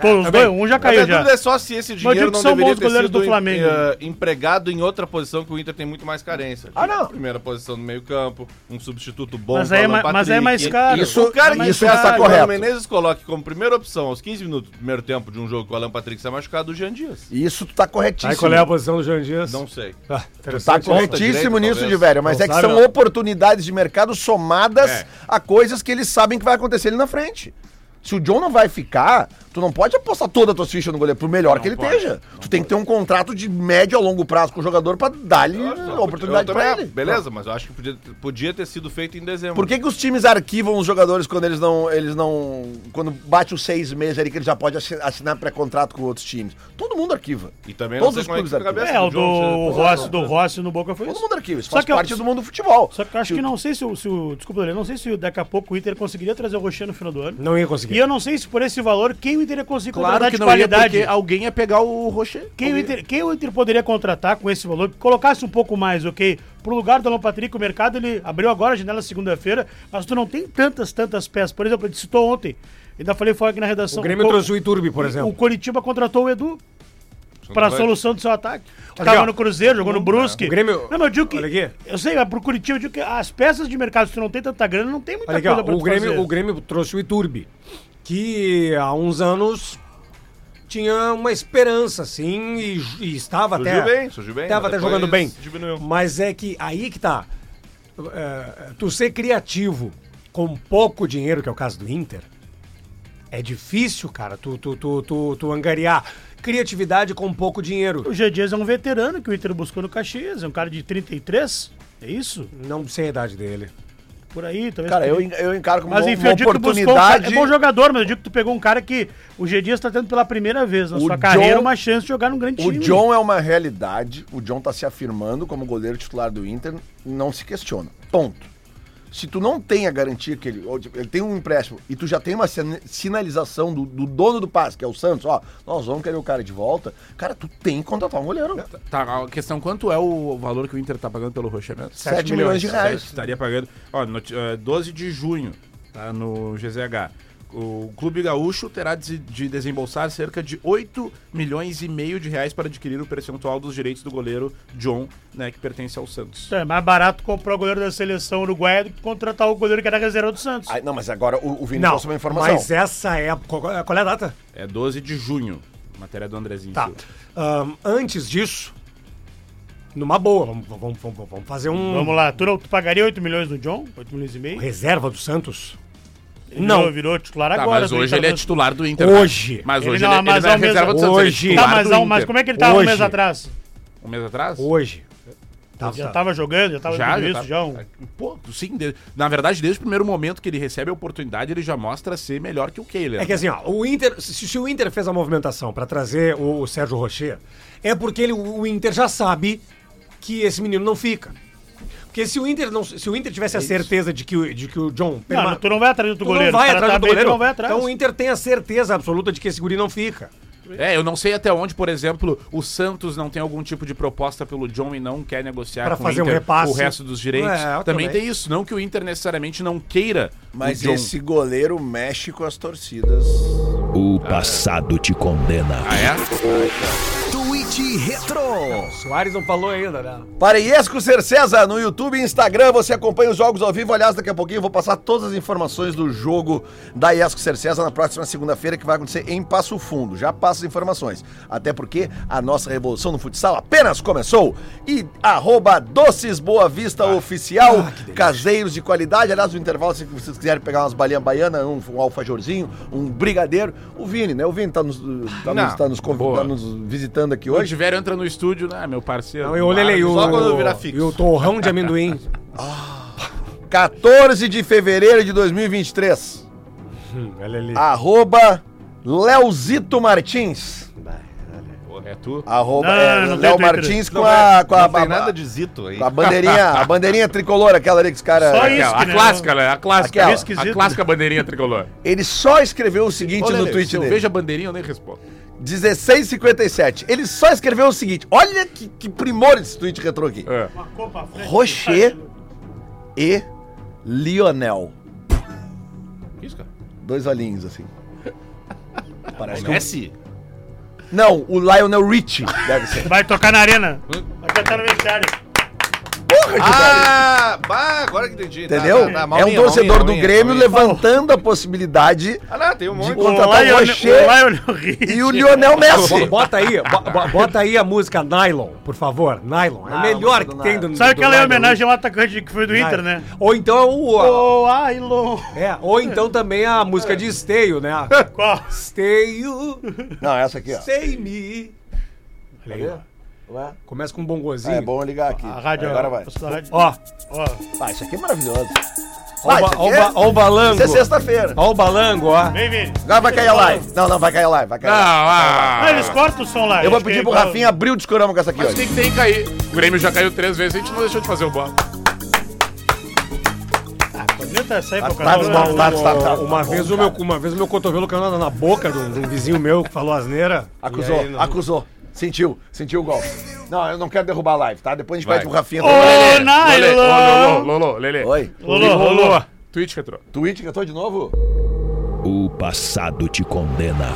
Speaker 3: Todos os dois, um já
Speaker 4: A minha
Speaker 3: caiu já.
Speaker 4: dúvida é só se esse dinheiro
Speaker 3: digo que
Speaker 4: não
Speaker 3: são
Speaker 4: deveria
Speaker 3: bons
Speaker 4: ter sido
Speaker 3: goleiros do Flamengo.
Speaker 4: eh, empregado em outra posição que o Inter tem muito mais carência.
Speaker 2: Ah, não.
Speaker 4: Primeira posição no meio campo, um substituto bom
Speaker 3: Mas
Speaker 4: pro
Speaker 3: aí é
Speaker 4: Alan
Speaker 3: ma- mas aí é mais
Speaker 4: Patrick.
Speaker 3: caro.
Speaker 2: Isso-
Speaker 4: o cara que
Speaker 2: isso
Speaker 4: espera
Speaker 2: está
Speaker 4: que
Speaker 2: correto.
Speaker 4: O Menezes coloque como primeira opção aos 15 minutos do primeiro tempo de um jogo que o Alan Patrick está machucado o Jean Dias.
Speaker 2: Isso tu tá corretíssimo.
Speaker 5: Aí é qual é a posição do Jean Dias?
Speaker 4: Não sei.
Speaker 5: Ah,
Speaker 2: Tá
Speaker 5: interessante.
Speaker 4: correto.
Speaker 2: corretíssimo
Speaker 4: direita,
Speaker 2: nisso,
Speaker 4: talvez.
Speaker 2: de velho, mas
Speaker 5: Não
Speaker 2: é que
Speaker 5: sabe,
Speaker 2: são
Speaker 5: não.
Speaker 2: oportunidades de mercado somadas
Speaker 4: É.
Speaker 2: a coisas que eles sabem que vai acontecer ali na frente. Se o John não vai ficar, tu não pode apostar toda a tua ficha no goleiro, por melhor que ele
Speaker 4: pode,
Speaker 2: esteja. Tu tem que ter um contrato de médio a longo prazo com o jogador pra dar-lhe
Speaker 4: Eu- eu
Speaker 2: oportunidade
Speaker 4: também-
Speaker 2: pra ele.
Speaker 4: Beleza, mas eu acho que podia, podia ter sido feito em dezembro.
Speaker 2: Por que, que os times arquivam os jogadores quando eles não. Eles não. Quando bate os seis meses ali que ele já pode assi- assinar pré-contrato com outros times. Todo mundo arquiva.
Speaker 4: E também
Speaker 2: Todos
Speaker 4: não
Speaker 2: os
Speaker 4: sei como é que
Speaker 2: clubes
Speaker 4: fica
Speaker 2: arquivam.
Speaker 4: a
Speaker 2: É,
Speaker 4: cabeça
Speaker 3: É, o do
Speaker 4: João,
Speaker 3: o
Speaker 4: né?
Speaker 3: Rossi, do Rossi no Boca foi
Speaker 2: Todo
Speaker 3: isso.
Speaker 2: mundo arquiva, isso
Speaker 3: Só
Speaker 2: faz
Speaker 3: que eu-
Speaker 2: parte do mundo do futebol.
Speaker 3: Só que eu acho que não sei se o, se o- Desculpa, Lelê, não sei se daqui a pouco o Inter conseguiria trazer o Rocher no final do ano.
Speaker 5: Não ia
Speaker 3: E
Speaker 5: conseguir.
Speaker 3: eu não sei se por esse valor, quem o Inter ia conseguir
Speaker 6: Claro
Speaker 3: contratar
Speaker 6: que
Speaker 3: de
Speaker 6: não ia,
Speaker 3: qualidade.
Speaker 6: porque alguém ia pegar o Rocher.
Speaker 3: Quem o, Inter, quem o Inter poderia contratar com esse valor? que Colocasse um pouco mais, ok? Pro lugar do Alan Patrick, o mercado ele abriu agora a janela segunda-feira, mas tu não tem tantas, tantas peças. Por exemplo, ele citou ontem, ainda falei fora aqui na redação.
Speaker 5: O Grêmio
Speaker 3: Co-
Speaker 5: trouxe o Iturbe, por
Speaker 3: O
Speaker 5: exemplo.
Speaker 3: Coritiba contratou o Edu
Speaker 4: Não
Speaker 3: para a
Speaker 4: vai-
Speaker 3: solução do seu ataque. Que
Speaker 5: Aqui,
Speaker 3: tava
Speaker 5: ó.
Speaker 3: no Cruzeiro, jogou no Brusque.
Speaker 5: O Grêmio-
Speaker 3: Não, mas eu digo que.
Speaker 5: Olha aqui.
Speaker 3: Eu sei, mas pro Curitiba eu digo que as peças de mercado, se tu não tem tanta grana, não tem muita
Speaker 5: Olha aqui,
Speaker 3: coisa
Speaker 5: ó,
Speaker 3: pra
Speaker 5: o
Speaker 3: tu
Speaker 5: Grêmio,
Speaker 3: fazer.
Speaker 5: o Grêmio trouxe o Iturbe, que há uns anos tinha uma esperança, assim, e, e estava
Speaker 4: Surgiu
Speaker 5: até...
Speaker 4: bem, surgiu bem.
Speaker 5: Estava
Speaker 4: mas
Speaker 5: até
Speaker 4: depois
Speaker 5: jogando bem.
Speaker 4: Diminuiu.
Speaker 5: Mas é que aí que tá. É, tu ser criativo com pouco dinheiro, que é o caso do Inter, é difícil, cara, tu, tu, tu, tu, tu angariar criatividade com pouco dinheiro.
Speaker 3: O G Dias é um veterano que o Inter buscou no Caxias, é um cara de 33, é isso?
Speaker 5: Não sei a idade dele.
Speaker 3: Por aí, talvez.
Speaker 2: Cara, eu, en- eu encaro como
Speaker 3: Mas
Speaker 2: uma,
Speaker 3: enfim,
Speaker 2: uma
Speaker 3: eu digo que tu buscou um cara,
Speaker 2: oportunidade.
Speaker 3: é bom jogador, mas eu digo que tu pegou um cara que o G Dias tá tendo pela primeira vez na
Speaker 2: O
Speaker 3: sua carreira
Speaker 2: John-
Speaker 3: uma chance de jogar num grande
Speaker 2: O
Speaker 3: time.
Speaker 2: John é uma realidade. O John tá se afirmando como goleiro titular do Inter. Não se questiona. Ponto. Se tu não tem a garantia que ele, ou, tipo, ele tem um empréstimo e tu já tem uma sin- sinalização do, do dono do passe, que é o Santos, ó, nós vamos querer o cara de volta, cara, tu tem que contratar um goleiro.
Speaker 6: Tá, a questão, quanto é o valor que o Inter tá pagando pelo Rocher mesmo?
Speaker 2: 7 milhões de reais.
Speaker 7: Sete, Estaria pagando. Ó, noti-
Speaker 6: é,
Speaker 7: eh, 12 de junho, tá? No GZH. O Clube Gaúcho terá de, de desembolsar cerca de 8 milhões e meio de reais para adquirir o percentual dos direitos do goleiro John, né? Que pertence ao Santos.
Speaker 3: É mais barato comprar o goleiro da seleção uruguaia do que contratar o goleiro que era reserva do Santos.
Speaker 2: Aí, não, mas agora o, o Vini
Speaker 5: Não,
Speaker 2: trouxe uma informação.
Speaker 3: é
Speaker 5: mas essa época... Qual qual é a data?
Speaker 7: É 12 de junho. Matéria do Andrezinho.
Speaker 5: Tá.
Speaker 7: Silva.
Speaker 5: Ahn, antes disso, numa boa, vamos, vamos- vamos- vamos fazer um
Speaker 3: Vamos lá, tu, não- tu pagaria 8 milhões no John? 8 milhões e meio?
Speaker 5: reserva do Santos.
Speaker 3: Ele
Speaker 5: não.
Speaker 3: Virou, virou titular
Speaker 6: Tá,
Speaker 3: agora.
Speaker 6: mas
Speaker 3: do
Speaker 6: hoje ele é
Speaker 3: Internacional.
Speaker 6: titular do Inter.
Speaker 5: Hoje.
Speaker 6: Mas
Speaker 3: Ele
Speaker 6: hoje
Speaker 3: não,
Speaker 6: ele, ele
Speaker 3: mas
Speaker 6: não é
Speaker 3: ao mesmo-
Speaker 6: reserva do Santos.
Speaker 5: Hoje.
Speaker 6: Ele é
Speaker 3: Tá,
Speaker 6: titular
Speaker 3: mas,
Speaker 6: do
Speaker 3: há um- mas
Speaker 6: Inter.
Speaker 3: como é que ele tava um
Speaker 5: Hoje.
Speaker 3: mês atrás?
Speaker 6: Um mês atrás?
Speaker 5: Hoje. Tá,
Speaker 3: Já tá. tava jogando, já tava
Speaker 6: Tá, Já,
Speaker 3: tudo
Speaker 6: já,
Speaker 3: isso,
Speaker 6: tá-
Speaker 3: já.
Speaker 4: É,
Speaker 3: um-
Speaker 6: Pô, sim. de- na verdade, desde o primeiro momento que ele recebe a oportunidade, ele já mostra ser melhor que o Kehler.
Speaker 5: É que assim, ó, o Inter, se, se o Inter fez a movimentação pra trazer o, o Sérgio Rocher, é porque ele- o Inter já sabe que esse menino não fica. Porque se o Inter não, se o Inter tivesse a certeza de que, o- de que o John
Speaker 3: Não,
Speaker 5: perma-
Speaker 3: tu não vai atrás do
Speaker 5: tu
Speaker 3: teu goleiro.
Speaker 5: não vai
Speaker 3: o cara
Speaker 5: atrás
Speaker 3: tá
Speaker 5: do
Speaker 3: bem, tu
Speaker 5: goleiro,
Speaker 3: não vai atrás.
Speaker 5: então o Inter tem a certeza absoluta de que esse guri não fica.
Speaker 6: É, eu não sei até onde, por exemplo, o Santos não tem algum tipo de proposta pelo John e não quer negociar
Speaker 5: Pra
Speaker 6: com
Speaker 5: fazer
Speaker 6: o
Speaker 5: um
Speaker 6: Inter
Speaker 5: repasse.
Speaker 6: o resto dos direitos.
Speaker 5: É, eu
Speaker 6: também,
Speaker 5: também.
Speaker 6: tem isso, não que o Inter necessariamente não queira
Speaker 2: Mas
Speaker 6: o John.
Speaker 2: esse goleiro mexe com as torcidas.
Speaker 1: O passado te condena.
Speaker 6: Ah, é?
Speaker 2: Twitch Retro.
Speaker 5: O Soares não falou ainda, né?
Speaker 2: Pareiesco Ser César no YouTube e Instagram. Você acompanha os jogos ao vivo. Aliás, daqui a pouquinho eu vou passar todas as informações do jogo da Iesco Ser César na próxima segunda-feira, que vai acontecer em Passo Fundo. Já passo as informações. Até porque a nossa revolução no futsal apenas começou. E arroba Doces Boa Vista Oficial, caseiros de qualidade. Aliás, no intervalo, se vocês quiserem pegar umas balinhas baianas, um, um alfajorzinho, um brigadeiro. O Vini, né? O Vini tá nos, tá
Speaker 4: Não,
Speaker 2: nos, tá nos, convi-
Speaker 6: boa.
Speaker 2: tá nos visitando aqui
Speaker 6: Quando
Speaker 2: hoje.
Speaker 6: tiver, entra no estúdio, né, meu parceiro?
Speaker 5: Não, eu olhei ali o,
Speaker 4: Só quando virar fixo.
Speaker 5: e o torrão de amendoim.
Speaker 2: 14 de fevereiro de 2023.
Speaker 5: Olha ali.
Speaker 2: Arroba Leozito Martins.
Speaker 6: É tu?
Speaker 2: Arroba
Speaker 3: Não,
Speaker 2: é,
Speaker 3: não tem
Speaker 2: Léo
Speaker 3: Twitter.
Speaker 2: Martins com
Speaker 4: Não,
Speaker 2: a.
Speaker 4: mas
Speaker 2: Com a,
Speaker 4: não tem
Speaker 2: a-
Speaker 4: nada de zito aí.
Speaker 2: com a bandeirinha, a bandeirinha tricolor, aquela ali que os caras.
Speaker 5: É
Speaker 3: Só isso.
Speaker 6: Aquela, a
Speaker 3: né?
Speaker 6: clássica, né? A clássica.
Speaker 2: Aquela.
Speaker 6: A clássica bandeirinha tricolor.
Speaker 2: Ele só escreveu o seguinte
Speaker 6: Olha,
Speaker 2: no
Speaker 6: Lele,
Speaker 2: tweet
Speaker 6: se eu
Speaker 2: dele.
Speaker 6: vejo a bandeirinha, eu nem respondo.
Speaker 2: 1657. Ele só escreveu o seguinte. Olha que, que primor esse tweet retrô aqui.
Speaker 6: É.
Speaker 2: Rocher e Lionel.
Speaker 6: Isso, cara.
Speaker 2: Dois olhinhos assim. Parece que o-
Speaker 4: Messi?
Speaker 2: Não, o Lionel Richie deve ser.
Speaker 3: Vai tocar na arena. Vai cantar no vestiário.
Speaker 2: Porra, que
Speaker 4: Ah, bah, agora que entendi. Tá,
Speaker 2: Entendeu?
Speaker 4: tá, tá,
Speaker 2: é
Speaker 4: mal
Speaker 2: um
Speaker 4: minha,
Speaker 2: torcedor
Speaker 4: mal
Speaker 2: do
Speaker 4: minha,
Speaker 2: Grêmio
Speaker 4: mal minha.
Speaker 2: levantando a possibilidade
Speaker 4: Ah, lá, tem um
Speaker 2: de
Speaker 4: monte.
Speaker 2: contratar o Rocher
Speaker 3: Lionel Richie.
Speaker 2: e o Lionel
Speaker 5: Bo-
Speaker 2: Messi.
Speaker 5: Bota aí, bo- bo- bota aí a música Nylon, por favor. Nylon. É a
Speaker 2: Nylon,
Speaker 5: melhor
Speaker 2: do
Speaker 5: que tem
Speaker 2: nylon.
Speaker 5: do
Speaker 3: Sabe
Speaker 5: do
Speaker 3: que ela é
Speaker 5: Lionel
Speaker 3: homenagem ao atacante que foi do
Speaker 5: Richie.
Speaker 3: Inter, né?
Speaker 5: Ou então é o.
Speaker 3: Oh, Ailon.
Speaker 5: É, ou então também a música de Esteio, né?
Speaker 3: Qual?
Speaker 5: Esteio,
Speaker 2: Não, essa aqui, ó.
Speaker 5: stay me. Olha aí, ó.
Speaker 2: Ué?
Speaker 5: Começa com um
Speaker 2: Ah,
Speaker 5: bongozinho.
Speaker 2: é bom ligar aqui.
Speaker 3: A rádio. é-
Speaker 2: Agora vai.
Speaker 3: a rádio-
Speaker 5: Ó,
Speaker 3: ó.
Speaker 2: Ah, isso aqui é maravilhoso.
Speaker 5: ó,
Speaker 2: Vai, isso
Speaker 5: o ba-
Speaker 2: aqui
Speaker 5: ó, o ba- ó o
Speaker 2: é-
Speaker 5: balango.
Speaker 2: Isso é sexta-feira.
Speaker 5: Ó o balango, ó.
Speaker 3: Vem, Vini.
Speaker 2: Agora vai cair a live. Não, não, vai cair a live. Vai cair a live.
Speaker 6: Ah,
Speaker 3: Ah, eles cortam o som lá.
Speaker 2: Eu vou
Speaker 3: acho que
Speaker 2: pedir
Speaker 3: é
Speaker 2: pro
Speaker 3: igual-
Speaker 2: Rafinha abrir o discorama com essa aqui,
Speaker 6: Mas
Speaker 2: ó.
Speaker 6: tem, tem que cair. O Grêmio já caiu três vezes, a gente não deixou de fazer o bolo.
Speaker 3: Tenta essa aí,
Speaker 2: Tá, tá, tá, tá, tá.
Speaker 5: Uma vez, o meu, uma vez o meu cotovelo caiu na, na boca de um, de um vizinho meu que falou asneira.
Speaker 2: Acusou,
Speaker 5: E aí, não-
Speaker 2: acusou. Sentiu, sentiu o golpe. Não, eu não quero derrubar a live, tá? Depois a gente vai,
Speaker 6: Vai.
Speaker 2: pro Rafinha.
Speaker 3: Ô,
Speaker 6: Lele, ô,
Speaker 3: Nylon.
Speaker 6: Lolo, Lolo, Lele.
Speaker 2: Oi.
Speaker 3: Lolo, Lolo.
Speaker 6: Twitch que entrou.
Speaker 2: Twitch que eu tô de novo?
Speaker 1: O passado te condena.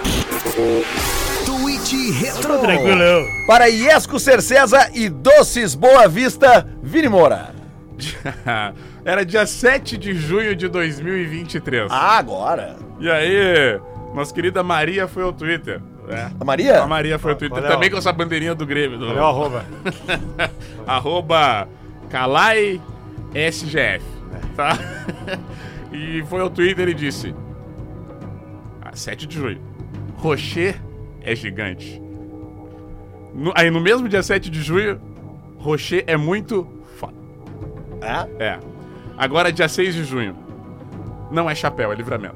Speaker 3: Tô Tá tranquilo, eu.
Speaker 2: Para Iesco Cercesa e Doces Boa Vista, Vini Moura.
Speaker 6: Era dia 7 de junho de 2023.
Speaker 2: Ah, agora.
Speaker 6: E aí, nossa querida Maria foi ao Twitter. né?
Speaker 2: A Maria?
Speaker 6: A Maria foi ao Twitter
Speaker 5: É. Olha,
Speaker 6: também
Speaker 5: ó.
Speaker 6: com essa bandeirinha do Grêmio. do-
Speaker 5: Olha o arroba.
Speaker 6: arroba Kalai SGF.
Speaker 5: É.
Speaker 6: Tá? E foi ao Twitter e disse: "Ah, 7 de junho. Rocher é gigante. No- aí no mesmo dia 7 de junho, Rocher é muito foda.
Speaker 2: É?
Speaker 6: É. Agora dia 6 de junho. Não é chapéu, é livramento.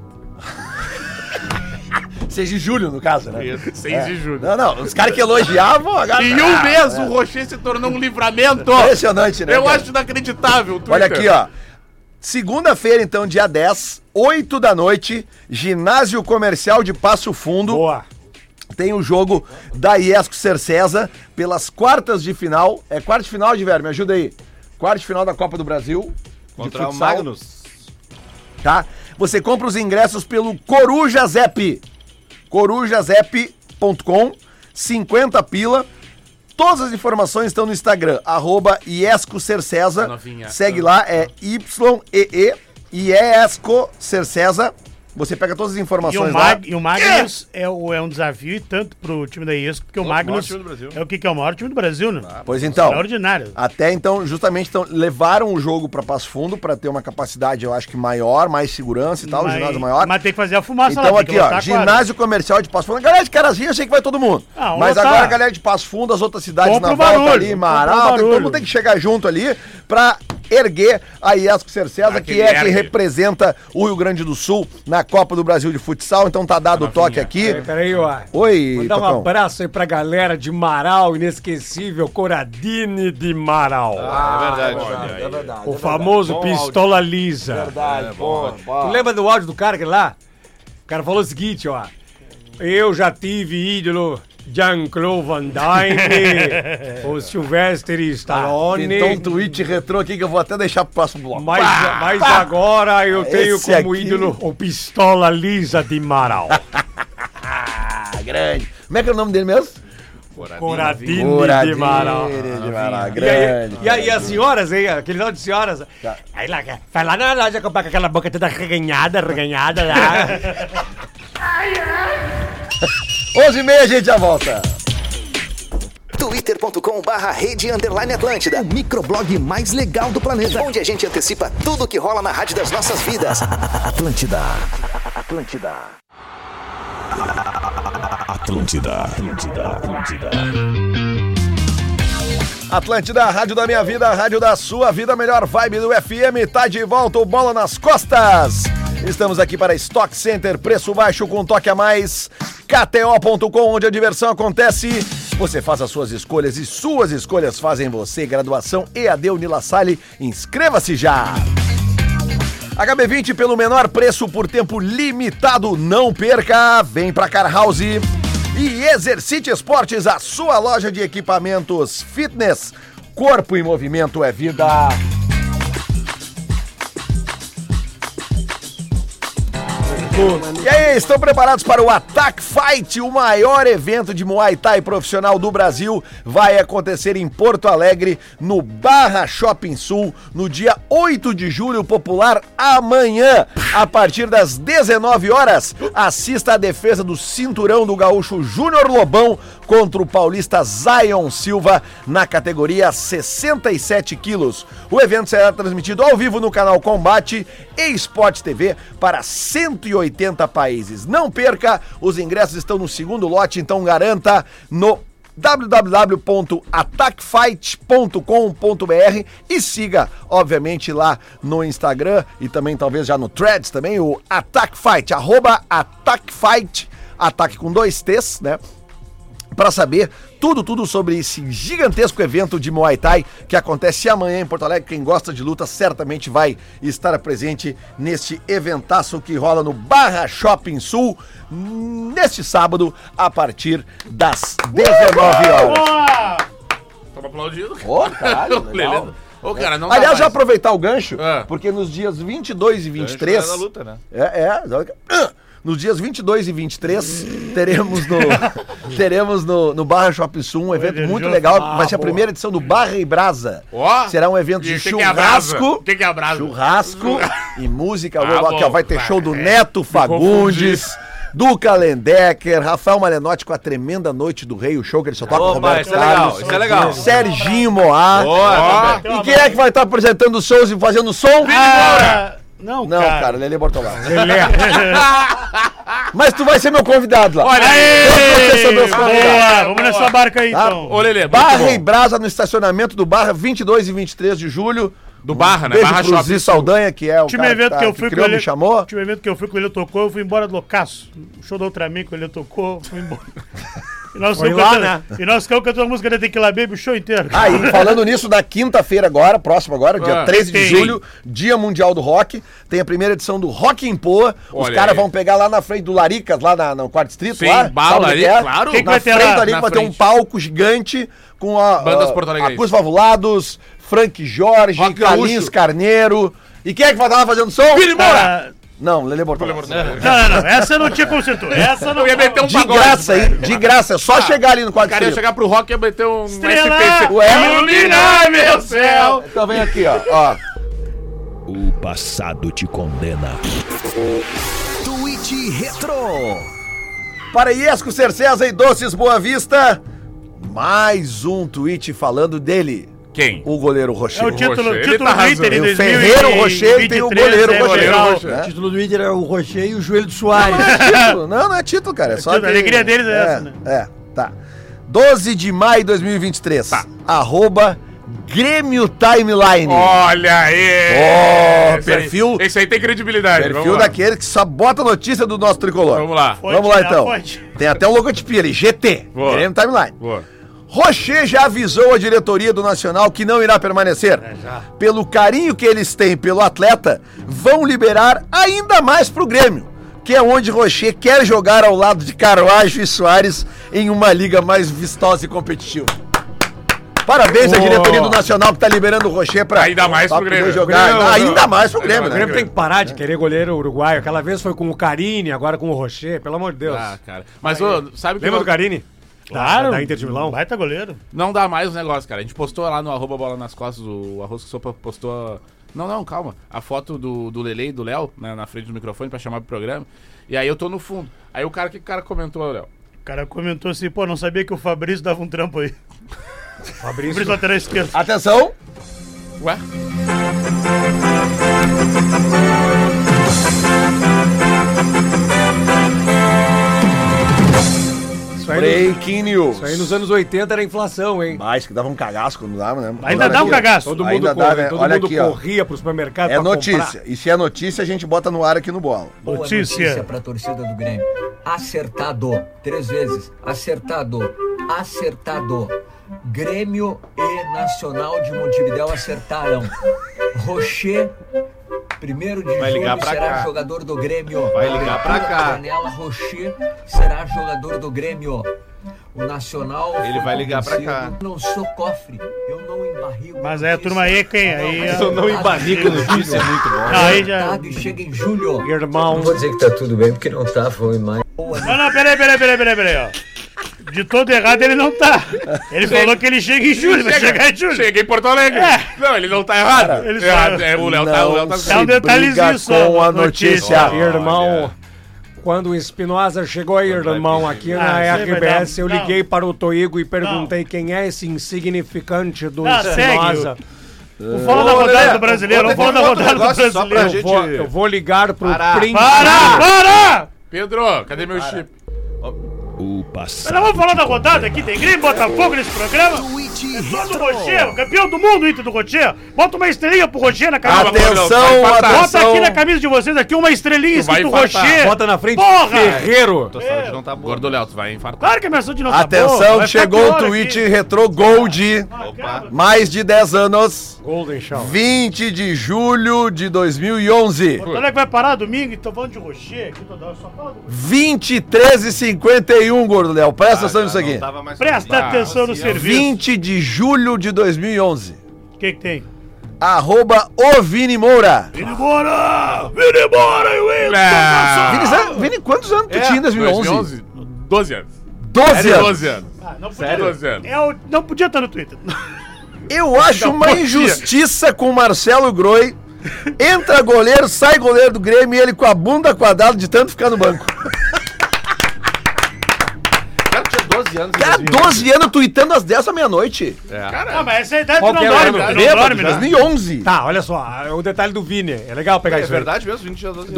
Speaker 2: 6 de julho, no caso, né?
Speaker 6: 6 de junho.
Speaker 2: Não, não, os caras que elogiavam, agora... Ah,
Speaker 6: Em um mês o Rocher se tornou um livramento!
Speaker 2: Impressionante, né?
Speaker 6: Eu
Speaker 2: cara?
Speaker 6: acho inacreditável. o
Speaker 2: Olha aqui,
Speaker 6: Twitter.
Speaker 2: ó. Segunda-feira, então, dia 10, 8 da noite, Ginásio Comercial de Passo Fundo.
Speaker 5: Boa.
Speaker 2: Tem o jogo da Iesco Cercesa pelas quartas de final. É quarta de final, Diver, me ajuda aí. Quarta de final da Copa do Brasil. de
Speaker 4: Contra
Speaker 2: futsal,
Speaker 4: o Magnus.
Speaker 2: Tá? Você compra os ingressos pelo Corujazep. corujazep.com 50 pila. Todas as informações estão no Instagram, arroba Iesco Cercesa.
Speaker 6: Novinha.
Speaker 3: Ah.
Speaker 2: Segue lá, é Y-E-E, Iesco Cercesa. Você pega todas as
Speaker 3: E o,
Speaker 2: informações lá.
Speaker 3: Mag, e o Magnus é, o- é um desafio e tanto pro time da IESCO, porque o Magnus
Speaker 4: time do Brasil.
Speaker 3: é o que, que é o maior time do Brasil, né?
Speaker 2: Pois então.
Speaker 3: Extraordinário.
Speaker 2: Até então, justamente, então, levaram o jogo para Passo Fundo para ter uma capacidade, eu acho que maior, mais segurança e tal, tá, o
Speaker 3: Mas-
Speaker 2: ginásio maior.
Speaker 3: Mas tem que fazer a fumaça
Speaker 2: Então
Speaker 3: lá, tem que
Speaker 2: aqui, ó,
Speaker 3: lotar a quadra.
Speaker 2: ginásio comercial de Passo Fundo. Galera de Carazinho, eu sei que vai todo mundo.
Speaker 3: Ah, vamos
Speaker 2: Mas
Speaker 3: lotar.
Speaker 2: agora a galera de Passo Fundo, as outras cidades
Speaker 3: Compra
Speaker 2: na
Speaker 3: o
Speaker 2: volta
Speaker 3: barulho,
Speaker 2: ali,
Speaker 3: compra o
Speaker 2: Maralta,
Speaker 3: barulho.
Speaker 2: todo mundo tem que chegar junto ali para erguer a Iesco
Speaker 5: Ah,
Speaker 2: Cercesa, que
Speaker 6: Aquele
Speaker 2: é quem
Speaker 6: ergue.
Speaker 2: representa o Rio Grande do Sul na Copa do Brasil de Futsal. Então tá dado o toque aqui.
Speaker 5: Peraí, peraí, ó.
Speaker 2: Oi,
Speaker 5: Mandar um
Speaker 2: Tocão.
Speaker 5: abraço aí pra galera de Marau, inesquecível, Coradine de Marau.
Speaker 4: é verdade.
Speaker 2: Ah, É verdade.
Speaker 5: o famoso
Speaker 4: Bom
Speaker 5: pistola lisa. É,
Speaker 2: Verdade, bom,
Speaker 5: Tu lembra do áudio do cara que lá? O cara falou o seguinte, ó. Eu já tive ídolo Jean-Claude Van Damme, o Sylvester Stallone.
Speaker 2: Então um tweet retrô aqui que eu vou até deixar pro próximo bloco.
Speaker 5: Mas, mas agora eu tenho
Speaker 2: Ah, Esse
Speaker 5: como
Speaker 2: aqui-
Speaker 5: ídolo o Pistola Lisa de Marau.
Speaker 2: Ah, grande. Como é que é o nome dele mesmo?
Speaker 5: Coradine,
Speaker 2: Moradine
Speaker 5: de Marau.
Speaker 2: de Marau,
Speaker 5: E aí,
Speaker 2: grande.
Speaker 5: e aí as senhoras, hein? Aquele tal de senhoras.
Speaker 2: Tá.
Speaker 5: Aí lá, vai lá na loja comprar com aquela boca toda reganhada, reganhada lá.
Speaker 2: 11 e meia, a gente já volta.
Speaker 8: twitter.com barra rede underline Atlântida, o microblog mais legal do planeta, onde a gente antecipa tudo o que rola na rádio das nossas vidas. Atlântida. Atlântida.
Speaker 1: Atlântida, Atlântida, Atlântida.
Speaker 2: Atlântida, a rádio da minha vida, a rádio da sua vida, a melhor vibe do FM, tá de volta o Bola nas Costas. Estamos aqui para Stock Center, preço baixo com toque a mais, KTO.com, onde a diversão acontece. Você faz as suas escolhas e suas escolhas fazem você. Graduação EAD Unila Salle, inscreva-se já. HB20 pelo menor preço por tempo limitado. Não perca! Vem pra Car House. E Exercite Esportes, a sua loja de equipamentos fitness. Corpo em movimento é vida. E aí, estão preparados para o Attack Fight? O maior evento de Muay Thai profissional do Brasil vai acontecer em Porto Alegre, no Barra Shopping Sul, no dia 8 de julho, popular amanhã, a partir das 19 horas. Assista a defesa do cinturão do gaúcho Júnior Lobão contra o paulista Zion Silva na categoria 67 quilos. O evento será transmitido ao vivo no canal Combate e Esporte TV para 180 países. Não perca, os ingressos estão no segundo lote, então garanta no www.attackfight.com.br e siga, obviamente, lá no Instagram e também talvez já no Threads também, o Attack Fight, arroba Attack Fight, ataque com dois T's, né? Pra saber tudo, tudo sobre esse gigantesco evento de Muay Thai que acontece amanhã em Porto Alegre. Quem gosta de luta certamente vai estar presente neste eventaço que rola no Barra Shopping Sul neste sábado a partir das 19 horas.
Speaker 6: Tava aplaudindo. cara.
Speaker 2: Ô, caralho, legal.
Speaker 6: Lelê. Ô, cara, não dá
Speaker 2: Aliás, já
Speaker 6: mais.
Speaker 2: aproveitar o gancho,
Speaker 6: É.
Speaker 2: porque nos dias 22 e 23
Speaker 4: da luta, né?
Speaker 2: é, é. olha que- Ah! Nos dias 22 e 23, teremos no, teremos no, no Barra Shopping Sul um evento muito
Speaker 3: Jogo.
Speaker 2: legal. vai ser a primeira edição do Barra e Brasa.
Speaker 6: Ah, Ó.
Speaker 2: Será um evento de
Speaker 6: E que que é a brasa?
Speaker 2: churrasco.
Speaker 6: O que que é a brasa?
Speaker 2: Churrasco e música.
Speaker 6: Ah,
Speaker 2: Aqui, ó,
Speaker 6: bom.
Speaker 2: vai ter
Speaker 6: Ah,
Speaker 2: show do
Speaker 6: é.
Speaker 2: Neto
Speaker 6: confundi.
Speaker 2: Fagundes. Do Kalendecker, Rafael Malenotti com a tremenda noite do rei, o show que ele só toca com o
Speaker 4: Opa,
Speaker 2: Roberto
Speaker 4: isso é legal,
Speaker 2: Carlos.
Speaker 4: isso é legal.
Speaker 2: Serginho Moá.
Speaker 4: Boa, tá
Speaker 2: E quem é que vai estar apresentando os shows e fazendo som?
Speaker 3: Ah, não,
Speaker 2: Não,
Speaker 3: cara.
Speaker 2: cara, Lelê Bortolá. Mas tu vai ser meu convidado lá.
Speaker 6: Olha
Speaker 2: Ei,
Speaker 6: aí!
Speaker 2: meus convidados.
Speaker 3: Boa, vamos nessa barca
Speaker 2: Tá.
Speaker 3: aí, então.
Speaker 6: Ô, Lelê, é muito
Speaker 2: Barra e
Speaker 6: bom.
Speaker 2: Brasa no estacionamento do Barra, 22 e 23 de julho. Um
Speaker 6: Do Barra, né?
Speaker 2: Beijo
Speaker 6: Barra
Speaker 2: pro
Speaker 6: Shopping
Speaker 2: Zi Saldanha, que é o
Speaker 3: Último
Speaker 2: cara
Speaker 3: evento
Speaker 2: tá-
Speaker 3: que eu fui
Speaker 2: criou,
Speaker 3: com ele.
Speaker 2: me chamou.
Speaker 3: Último evento que eu fui com ele tocou, eu fui embora do loucaço. O show do Ultraman que ele tocou, fui embora. E nós
Speaker 5: Foi
Speaker 3: ficamos
Speaker 5: lá,
Speaker 2: né?
Speaker 3: cantando, e nós ficamos cantando a música da Tequila Baby o show inteiro.
Speaker 2: Ah, e falando nisso, na quinta-feira agora, próximo agora, dia
Speaker 6: Ah,
Speaker 2: 13 de
Speaker 6: tem.
Speaker 2: julho, Dia Mundial do Rock, tem a primeira edição do Rock em Poa. Os
Speaker 6: Olha
Speaker 2: caras
Speaker 6: aí.
Speaker 2: vão pegar lá na frente do Laricas, lá na, no quarto distrito,
Speaker 6: Sim,
Speaker 2: lá.
Speaker 6: bala
Speaker 2: sabe o
Speaker 6: aí,
Speaker 2: que é?
Speaker 6: claro.
Speaker 3: Quem que
Speaker 2: na
Speaker 3: vai ter
Speaker 2: frente
Speaker 3: lá?
Speaker 2: ali
Speaker 6: Na
Speaker 2: vai ter um
Speaker 6: frente.
Speaker 2: palco gigante com a,
Speaker 6: Bandas
Speaker 2: a-
Speaker 6: porto-alegrenses.
Speaker 2: Acus Favulados, Frank Jorge,
Speaker 6: Rock
Speaker 2: Carlinhos
Speaker 6: Gaúcho.
Speaker 2: Carneiro. E quem é que vai estar lá fazendo som? Tá.
Speaker 6: Vini Moura!
Speaker 3: Ah,
Speaker 2: Não, Lele Bortolassi.
Speaker 3: não, não, não. Essa não tinha como ser tu. Essa não.
Speaker 6: Eu ia meter um
Speaker 2: De
Speaker 6: pagode.
Speaker 2: graça, hein? De graça. É só chegar ali no
Speaker 6: O
Speaker 2: quadro
Speaker 6: cara ia chegar pro rock e ia meter um
Speaker 3: Estrela!
Speaker 6: SPC.
Speaker 2: Ué?
Speaker 6: Ilumina, meu céu!
Speaker 2: Então vem aqui, ó. ó.
Speaker 1: O passado te condena.
Speaker 8: Twitch Retro.
Speaker 2: Para Iesco Cercesa e Doces Boa Vista, mais um tweet falando dele.
Speaker 6: Quem?
Speaker 2: O goleiro
Speaker 3: É o
Speaker 2: Rocher.
Speaker 3: título,
Speaker 6: Rocher, ele
Speaker 3: título
Speaker 6: tá
Speaker 3: do Inter
Speaker 2: arrasando.
Speaker 3: em
Speaker 2: E o
Speaker 3: 2023.
Speaker 2: Ferreiro Rocher tem o goleiro
Speaker 3: é,
Speaker 2: Rocher.
Speaker 3: geral.
Speaker 6: Rocher.
Speaker 2: Né?
Speaker 5: O título do Inter é o Rocher e o Joelho do Soares.
Speaker 2: título. Não, não é título, cara. É só
Speaker 3: título. A alegria deles é
Speaker 2: é
Speaker 3: essa, né?
Speaker 2: É, tá. 12 de maio de 2023. Arroba Grêmio Timeline.
Speaker 6: Olha aí!
Speaker 2: Ó,
Speaker 6: Esse aí-
Speaker 2: perfil-
Speaker 6: Esse aí tem credibilidade.
Speaker 2: Perfil
Speaker 6: vamos lá.
Speaker 2: daquele que só bota notícia do nosso tricolor.
Speaker 6: Vamos lá.
Speaker 3: Fonte,
Speaker 2: Vamos lá
Speaker 3: né?
Speaker 2: então.
Speaker 3: Fonte.
Speaker 2: Tem até o logotipia ali, GT.
Speaker 6: Boa.
Speaker 2: Grêmio Timeline.
Speaker 6: Boa.
Speaker 2: Rocher já avisou a diretoria do Nacional que não irá permanecer. Pelo carinho que eles têm pelo atleta, vão liberar ainda mais pro Grêmio, que é onde Rocher quer jogar ao lado de Carvalho e Soares em uma liga mais vistosa e competitiva. Parabéns à diretoria do Nacional que tá liberando o Rocher pra
Speaker 6: Ainda mais
Speaker 2: pra
Speaker 6: pro
Speaker 2: poder
Speaker 6: Grêmio.
Speaker 2: jogar.
Speaker 6: Grêmio,
Speaker 2: ainda
Speaker 6: Grêmio.
Speaker 2: mais pro Grêmio,
Speaker 5: O
Speaker 2: né?
Speaker 5: Grêmio tem que parar de querer goleiro uruguaio. Aquela vez foi com o Carini, agora com o Rocher, pelo amor de Deus.
Speaker 6: Ah, cara. Mas, ô, sabe que
Speaker 5: Lembra
Speaker 6: não-
Speaker 5: do Carini?
Speaker 3: Claro.
Speaker 5: Da Inter de Milão?
Speaker 3: é um Baita goleiro.
Speaker 6: não dá mais o negócio, cara. A gente postou lá no arroba bola nas costas, o Arroz que Sopa postou... Não, não, calma. A foto do, do Lele e do Léo, né, na frente do microfone pra chamar pro programa. E aí eu tô no fundo. Aí o cara, o que que o cara comentou, Léo?
Speaker 3: O cara comentou assim, pô, não sabia que o Fabrício dava um trampo aí.
Speaker 5: Fabrício.
Speaker 3: Fabrício lateral esquerdo.
Speaker 2: Atenção.
Speaker 6: Ué?
Speaker 5: Isso aí, nos-
Speaker 2: Breaking news.
Speaker 5: isso aí nos anos 80 era inflação, hein?
Speaker 2: Mas que dava um cagaço quando dava, né?
Speaker 3: Ainda dá um cagaço.
Speaker 5: Todo mundo,
Speaker 2: Ainda dá,
Speaker 5: corre-
Speaker 2: né?
Speaker 5: todo
Speaker 2: Olha
Speaker 5: mundo
Speaker 2: aqui, ó.
Speaker 5: corria pro supermercado
Speaker 2: É
Speaker 5: pra
Speaker 2: notícia.
Speaker 5: comprar.
Speaker 2: E se é notícia, a gente bota no ar aqui no bolo.
Speaker 9: Boa
Speaker 3: Notícia.
Speaker 9: é notícia para a torcida do Grêmio. Acertado. Três vezes. Acertado. Acertado. Grêmio e Nacional de Montevidéu acertaram. Rocher, primeiro de
Speaker 4: Vai ligar
Speaker 9: julho,
Speaker 4: pra
Speaker 9: será
Speaker 4: cá.
Speaker 9: jogador do Grêmio.
Speaker 4: Vai ligar pra cá.
Speaker 9: Canela Rocher será jogador do Grêmio. O Nacional.
Speaker 4: Ele
Speaker 9: foi
Speaker 4: vai ligar pra
Speaker 9: convencido.
Speaker 4: cá.
Speaker 9: Não sou cofre. Eu não embalo. barrigo.
Speaker 3: Mas aí a turma aí quem? é Aí, ah,
Speaker 4: Eu não embarrico notícia, é muito bom.
Speaker 3: aí já.
Speaker 9: E chega em julho.
Speaker 5: Irmão.
Speaker 9: Não vou dizer que tá tudo bem, porque não tá, foi mais. Boa, né?
Speaker 3: Não, não, peraí, peraí, peraí, peraí, peraí, ó. De todo errado ele não tá. Ele falou que ele chega em julho,
Speaker 2: né?
Speaker 3: vai chegar em julho.
Speaker 6: Cheguei em Porto Alegre.
Speaker 3: É.
Speaker 6: Não, ele não tá errado.
Speaker 3: Ele
Speaker 6: Errado,
Speaker 3: só-
Speaker 6: é, o Léo tá, o Léo tá
Speaker 2: Não
Speaker 3: É um detalhezinho
Speaker 2: briga
Speaker 3: só,
Speaker 2: com a
Speaker 3: notícia.
Speaker 2: notícia.
Speaker 5: Irmão, quando o Espinosa chegou aí, irmão, aqui na
Speaker 3: Ah, isso aí vai dar-
Speaker 5: RBS, eu
Speaker 3: Não.
Speaker 5: liguei para o Toigo e perguntei quem é esse insignificante do
Speaker 3: Ah, segue.
Speaker 5: Espinosa.
Speaker 3: Não fala da
Speaker 4: Ô,
Speaker 3: rodada
Speaker 4: Lelé,
Speaker 3: do brasileiro, não
Speaker 4: vou
Speaker 3: fala da
Speaker 4: ter outro
Speaker 3: rodada do
Speaker 4: negócio só pra
Speaker 3: brasileiro.
Speaker 4: gente-
Speaker 5: Eu vou, eu vou ligar pro
Speaker 4: Parar.
Speaker 5: print. Ah!
Speaker 3: Para! Para!
Speaker 6: Pedro, cadê É meu chip?
Speaker 1: O
Speaker 3: Mas
Speaker 1: passado.
Speaker 3: não vamos falar da rodada aqui, tem Grêmio, Botafogo nesse programa. É só do Rocher, campeão do mundo, Inter do Rocher. Bota uma estrelinha pro Rocher na camisa.
Speaker 2: Atenção,
Speaker 6: Vai empatar.
Speaker 3: Bota
Speaker 2: atenção.
Speaker 3: aqui na camisa de vocês aqui uma estrelinha
Speaker 6: Tu vai
Speaker 3: escrito
Speaker 6: empatar.
Speaker 3: Rocher.
Speaker 5: Bota na frente,
Speaker 3: Porra!
Speaker 5: Ferreiro.
Speaker 4: Tua saúde não tá boa.
Speaker 6: Gordo Léo, tu vai infartar.
Speaker 3: Claro que a minha saúde não tá boa,
Speaker 2: Atenção,
Speaker 3: vai ficar
Speaker 2: chegou o
Speaker 3: pior
Speaker 2: tweet
Speaker 3: aqui.
Speaker 2: retrô gold. Mais de 10 anos.
Speaker 5: Golden Show.
Speaker 2: 20 de julho de 2011.
Speaker 3: Porto Alegre é vai parar domingo e tô falando de Rocher aqui toda hora, só fala do Rocher.
Speaker 2: 23 e 51, Gordo Léo. Presta atenção nisso aqui.
Speaker 3: Presta
Speaker 4: Ah,
Speaker 3: atenção
Speaker 2: é
Speaker 3: no serviço.
Speaker 2: 20 de julho de 2011.
Speaker 3: O que que tem?
Speaker 2: Arroba o Vini Moura.
Speaker 3: Vini Moura! Vini Moura e o Inter! Ah.
Speaker 6: É.
Speaker 2: Vini, Zé- Vini, quantos anos
Speaker 3: É,
Speaker 2: tu tinha em 2011?
Speaker 6: 12 anos.
Speaker 2: 12 anos.
Speaker 6: 12 anos.
Speaker 3: Ah, não podia,
Speaker 6: Sério? 12 anos.
Speaker 3: É o- não podia estar no Twitter.
Speaker 2: Eu acho uma injustiça com o Marcelo Groi. Entra goleiro, sai goleiro do Grêmio e ele com a bunda quadrada de tanto ficar no banco.
Speaker 4: O cara tinha 12 anos. em
Speaker 2: Cara,
Speaker 4: 2011.
Speaker 2: 12 Tá anos tweetando às 10 da meia-noite.
Speaker 3: Ah, mas essa idade
Speaker 5: Qual
Speaker 3: não
Speaker 5: que é o
Speaker 3: dorme,
Speaker 5: ano?
Speaker 3: não
Speaker 2: Bêbado,
Speaker 3: dorme, né?
Speaker 2: 2011.
Speaker 5: Tá, olha só, o detalhe do Vini. É legal pegar
Speaker 4: É
Speaker 5: isso aí.
Speaker 4: verdade mesmo, 20 tinha 12 anos.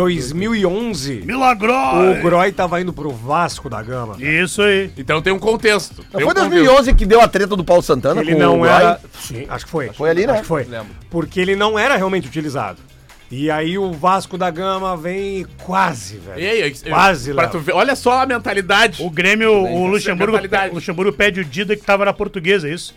Speaker 5: 2011, o
Speaker 3: Milagroso!
Speaker 5: Groy tava indo pro Vasco da Gama.
Speaker 3: Isso aí.
Speaker 6: Então tem um contexto. Tem
Speaker 2: Não foi
Speaker 6: um
Speaker 2: 2011 que deu a treta do Paulo Santana
Speaker 5: Ele
Speaker 2: com o
Speaker 5: não
Speaker 2: Uruguai?
Speaker 5: era. Sim, acho que foi.
Speaker 2: foi ali, né?
Speaker 5: Acho que foi. Porque ele não era realmente utilizado. E aí o Vasco da Gama vem quase, velho.
Speaker 6: E aí, eu-
Speaker 5: Quase,
Speaker 6: pra
Speaker 5: Léo.
Speaker 6: tu ver, olha só a mentalidade.
Speaker 3: O Grêmio, o
Speaker 5: tá
Speaker 3: Luxemburgo,
Speaker 6: mentalidade.
Speaker 3: o Luxemburgo pede o Dida que tava na portuguesa, é isso?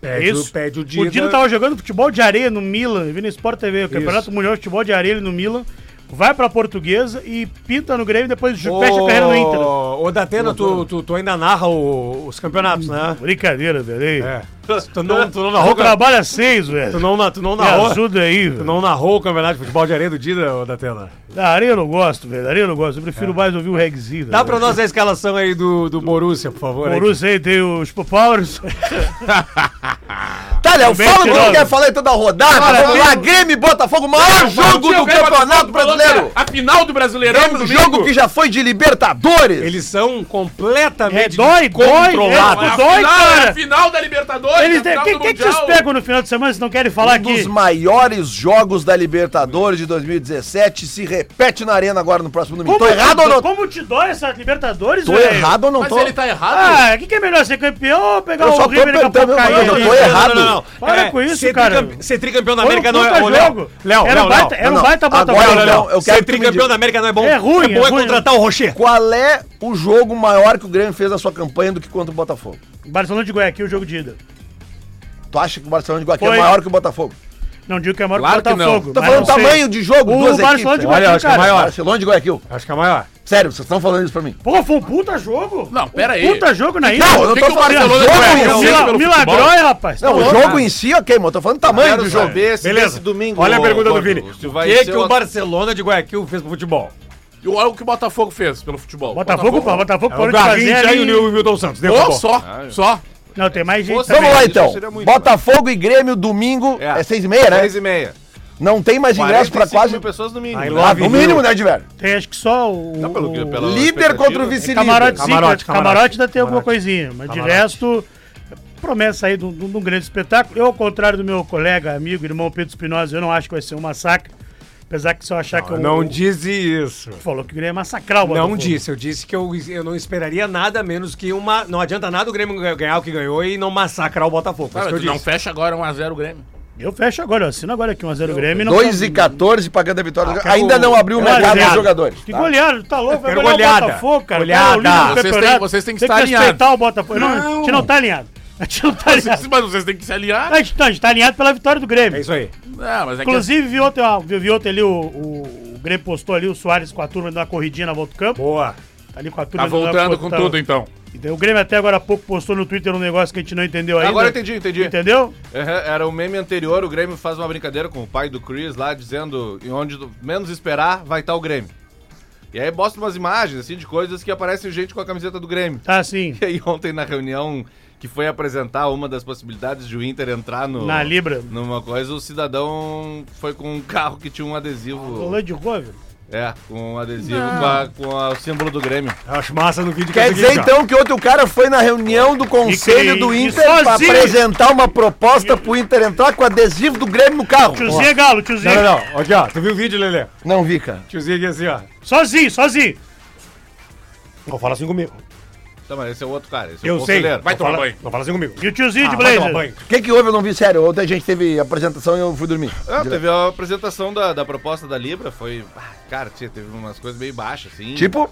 Speaker 5: Pede,
Speaker 3: é
Speaker 5: o-
Speaker 3: isso?
Speaker 5: pede o Dida.
Speaker 3: O Dida tá tava jogando futebol de areia no Milan, eu vi no Sport TV, o Campeonato
Speaker 5: Isso.
Speaker 3: Mundial de Futebol de Areia no Milan. Vai pra portuguesa e pinta no Grêmio e depois fecha a carreira no Inter.
Speaker 5: Ô, Datena, tu, tu, tu ainda narra o- os campeonatos, né?
Speaker 3: Brincadeira, velho.
Speaker 5: É. Tu não, tu não
Speaker 3: Eu
Speaker 5: narrou. ca-
Speaker 3: trabalho às seis,
Speaker 5: Tu
Speaker 3: velho.
Speaker 5: não, na- tu não
Speaker 3: Me
Speaker 5: narrou.
Speaker 3: ajuda aí,
Speaker 5: Tu
Speaker 3: velho.
Speaker 5: não narrou o campeonato de futebol de areia do Dida, ô Datena.
Speaker 3: Da areia eu não gosto, velho. Da areia eu não gosto. Eu prefiro
Speaker 5: É.
Speaker 3: mais ouvir o Regzinho.
Speaker 5: Dá pra nós a escalação aí do, do Borussia, por favor. aí.
Speaker 3: Borussia aí tem os Powers.
Speaker 2: Tá, Léo,
Speaker 3: Bem
Speaker 2: fala o que
Speaker 3: tirado.
Speaker 2: tu quer falar aí toda a rodada. Vamos lá, Grêmio e Botafogo, o maior jogo do Campeonato Brasileiro.
Speaker 6: A final do Brasileirão
Speaker 2: Grêmio, jogo que já foi de Libertadores.
Speaker 5: Eles são completamente
Speaker 3: É, dói, dói,
Speaker 5: descontrolados.
Speaker 3: é,
Speaker 6: a
Speaker 3: dói,
Speaker 6: final,
Speaker 3: cara.
Speaker 6: a final da Libertadores,
Speaker 3: Eles
Speaker 6: a
Speaker 3: têm.
Speaker 6: final
Speaker 3: Quem
Speaker 6: do
Speaker 3: quem que vocês
Speaker 6: Mundial.
Speaker 3: pegam no final de semana se não querem falar
Speaker 2: Um dos
Speaker 3: tá aqui?
Speaker 2: maiores jogos da Libertadores de 2017 se repete na arena agora no próximo domingo. Tô
Speaker 3: te-
Speaker 2: errado ou não?
Speaker 3: Como te dói essa Libertadores,
Speaker 2: Tô
Speaker 3: velho?
Speaker 2: errado ou não
Speaker 6: Mas
Speaker 2: tô?
Speaker 6: ele tá errado.
Speaker 3: Ah, o que, que é melhor ser campeão ou pegar
Speaker 2: Eu
Speaker 3: o
Speaker 2: só tô
Speaker 3: River e daqui a pouco
Speaker 2: perguntando,
Speaker 3: cair?
Speaker 2: mas eu
Speaker 3: ali?
Speaker 2: tô errado.
Speaker 3: Para com isso,
Speaker 5: É, ser
Speaker 3: cara.
Speaker 5: tricampe- Ser tricampeão da
Speaker 3: Foi um
Speaker 5: América não é
Speaker 3: puta
Speaker 5: ô, Léo,
Speaker 3: jogo.
Speaker 5: Léo,
Speaker 3: Era
Speaker 5: Léo,
Speaker 3: um baita-
Speaker 5: Léo.
Speaker 3: era um
Speaker 2: Não,
Speaker 3: baita
Speaker 2: agora
Speaker 3: Botafogo.
Speaker 2: não, não. Eu quero
Speaker 5: Ser
Speaker 2: que tu me
Speaker 5: tricampeão
Speaker 2: diga.
Speaker 5: da América não é bom.
Speaker 3: É ruim,
Speaker 5: É bom
Speaker 3: é ruim.
Speaker 5: contratar o Rocher.
Speaker 2: Qual é o jogo maior que o Grêmio fez na sua campanha do que contra o Botafogo?
Speaker 3: Barcelona de Goiânia, o jogo de ida.
Speaker 2: Tu acha que o Barcelona de Guaquim é
Speaker 3: Foi.
Speaker 2: maior que o Botafogo?
Speaker 3: Não digo que é maior
Speaker 6: Claro
Speaker 3: que
Speaker 6: que
Speaker 3: o Botafogo.
Speaker 6: não.
Speaker 2: Tá
Speaker 3: mas
Speaker 2: falando
Speaker 3: não sei.
Speaker 2: tamanho de jogo,
Speaker 3: O
Speaker 2: duas
Speaker 3: Barcelona de
Speaker 2: equipes.
Speaker 5: Olha,
Speaker 3: Guayaquil,
Speaker 5: acho que é
Speaker 3: cara.
Speaker 5: maior.
Speaker 2: Barcelona de Guayaquil.
Speaker 5: Acho que é maior.
Speaker 2: Sério, vocês estão falando isso pra mim.
Speaker 3: Pô, foi um puta jogo.
Speaker 6: Não, pera aí.
Speaker 3: Um puta jogo na ida.
Speaker 2: Não, eu não
Speaker 6: que
Speaker 2: tô
Speaker 6: que o
Speaker 2: falando
Speaker 6: Barcelona é
Speaker 2: jogo
Speaker 6: ganha?
Speaker 2: em
Speaker 6: Eu
Speaker 2: si.
Speaker 6: sei
Speaker 3: Mila,
Speaker 6: pelo
Speaker 3: Milagrói, rapaz.
Speaker 2: Não, o jogo em si, ok, mas eu tô falando tamanho do
Speaker 4: Quero
Speaker 2: jogo.
Speaker 4: saber se
Speaker 5: Beleza.
Speaker 4: nesse domingo.
Speaker 5: Olha a pergunta do
Speaker 4: Gordo,
Speaker 5: Vini.
Speaker 4: se
Speaker 5: O
Speaker 4: vai
Speaker 5: que,
Speaker 4: ser
Speaker 5: que o Barcelona de Guayaquil fez pro futebol?
Speaker 6: E olha o que o Botafogo fez pelo futebol.
Speaker 3: Botafogo,
Speaker 2: é
Speaker 3: pô, Botafogo parou de fazer
Speaker 5: aí
Speaker 3: ali.
Speaker 5: o Milton Santos. deu
Speaker 6: Pô,
Speaker 5: bom.
Speaker 6: só, só.
Speaker 3: Não, tem mais gente
Speaker 4: Vamos
Speaker 2: Vamos
Speaker 3: também.
Speaker 2: lá
Speaker 4: Isso
Speaker 2: então.
Speaker 4: seria muito,
Speaker 2: Botafogo e Grêmio domingo é seis e meia, né?
Speaker 4: Seis e meia.
Speaker 2: Não tem mais ingresso pra
Speaker 4: 45
Speaker 2: quase.
Speaker 4: mil pessoas no mínimo.
Speaker 5: I
Speaker 4: né?
Speaker 5: love
Speaker 2: Ah, no mínimo, né, Diver?
Speaker 3: Tem acho que só o...
Speaker 4: Não, pelo
Speaker 3: o-
Speaker 4: que- pela
Speaker 2: Líder contra o
Speaker 4: expectativa.
Speaker 2: vice-líder.
Speaker 3: Camarote, sim, camarote,
Speaker 5: Camarote, camarote.
Speaker 3: ainda tem alguma
Speaker 5: Camarote.
Speaker 3: coisinha, mas de
Speaker 5: Camarote.
Speaker 3: resto, promessa aí de um de um- de um grande espetáculo. Eu, ao contrário do meu colega, amigo, irmão Pedro Espinosa, eu não acho que vai ser um massacre. Apesar que se eu achar que eu.
Speaker 5: Não disse isso.
Speaker 3: Falou que o Grêmio ia massacrar o
Speaker 5: Não
Speaker 3: Botafogo.
Speaker 5: disse, eu disse que eu, eu não esperaria nada menos que uma. Não adianta nada o Grêmio ganhar- ganhar o que ganhou e não massacrar o Botafogo. Foi
Speaker 6: Cara,
Speaker 5: isso
Speaker 6: tu
Speaker 5: que eu
Speaker 6: não
Speaker 5: disse.
Speaker 6: fecha agora 1x0 o Grêmio.
Speaker 3: Eu fecho agora, eu assino agora aqui 1x0 o Grêmio. e não-
Speaker 2: 2 e 14 pagando a vitória. do
Speaker 5: Ah,
Speaker 2: Grêmio. Ainda
Speaker 5: quero-
Speaker 2: não abriu o
Speaker 3: Eu
Speaker 2: mercado
Speaker 3: acho
Speaker 2: dos
Speaker 3: errado.
Speaker 2: jogadores.
Speaker 3: Que
Speaker 2: tá?
Speaker 3: goleada, tá louco, vai
Speaker 5: Quero
Speaker 3: ganhar o
Speaker 5: goleada.
Speaker 3: Botafogo, cara.
Speaker 5: Goleada.
Speaker 3: Tá o líder do
Speaker 6: Vocês têm-
Speaker 3: campeonato.
Speaker 6: vocês têm que
Speaker 3: Tem
Speaker 6: estar alinhados.
Speaker 3: respeitar o Botafogo. Não, a gente não tá alinhado. A gente não tá
Speaker 6: Vocês-
Speaker 3: alinhado.
Speaker 6: Mas vocês têm que se aliar.
Speaker 3: A gente, não, a gente tá alinhado pela vitória do Grêmio.
Speaker 5: É isso aí.
Speaker 6: Não, mas é que
Speaker 3: Inclusive, vi ontem, ó, vi, vi ontem ali o, o, o Grêmio postou ali o Soares com a turma dando uma corridinha na volta do campo.
Speaker 5: Boa.
Speaker 3: Tá ali com a turma
Speaker 6: tá
Speaker 3: dando uma
Speaker 6: voltando com
Speaker 3: volta-
Speaker 6: tudo, então.
Speaker 3: Então, o Grêmio até agora há pouco postou no Twitter um negócio que a gente não entendeu ainda.
Speaker 4: Agora eu entendi, entendi.
Speaker 3: Entendeu?
Speaker 4: Aham, Era o meme anterior, o Grêmio faz uma brincadeira com o pai do Chris lá, dizendo em onde do- menos esperar vai estar o Grêmio. E aí mostra umas imagens, assim, de coisas que aparecem gente com a camiseta do Grêmio.
Speaker 3: Tá sim.
Speaker 4: E aí ontem na reunião que foi apresentar uma das possibilidades de o Inter entrar no...
Speaker 3: Na Libra.
Speaker 4: Numa coisa, o cidadão foi com um carro que tinha um
Speaker 3: O
Speaker 4: adesivo.
Speaker 3: Land Rover.
Speaker 4: É, com um adesivo com, a- com a- o símbolo do Grêmio.
Speaker 5: Acho massa no vídeo
Speaker 2: Quer dizer então que outro cara foi na reunião do conselho
Speaker 3: E que-
Speaker 2: do
Speaker 3: e
Speaker 2: Inter pra
Speaker 3: sozinho.
Speaker 2: apresentar uma proposta pro Inter entrar com adesivo do Grêmio no carro.
Speaker 3: Tiozinho é galo, tiozinho.
Speaker 5: Não, não, não. Aqui, ó. Tu viu o vídeo, Lelê?
Speaker 2: Não vi, cara.
Speaker 5: Tiozinho aqui assim, ó.
Speaker 3: Sozinho, sozinho.
Speaker 5: Não fala assim comigo.
Speaker 4: Tá, mas esse é o outro cara, esse é o
Speaker 5: Eu sei.
Speaker 4: conselheiro.
Speaker 5: Vai tomar banho. Não fala assim comigo.
Speaker 3: E o tiozinho de
Speaker 5: Ah, vai tomar
Speaker 3: blazer.
Speaker 5: banho.
Speaker 2: O que, que houve? Eu não vi, sério. Ontem a gente teve apresentação e eu fui dormir.
Speaker 4: Ah, teve a apresentação da, da proposta da Libra, foi. ah, Cara, tinha, teve umas coisas meio baixas, assim.
Speaker 2: Tipo,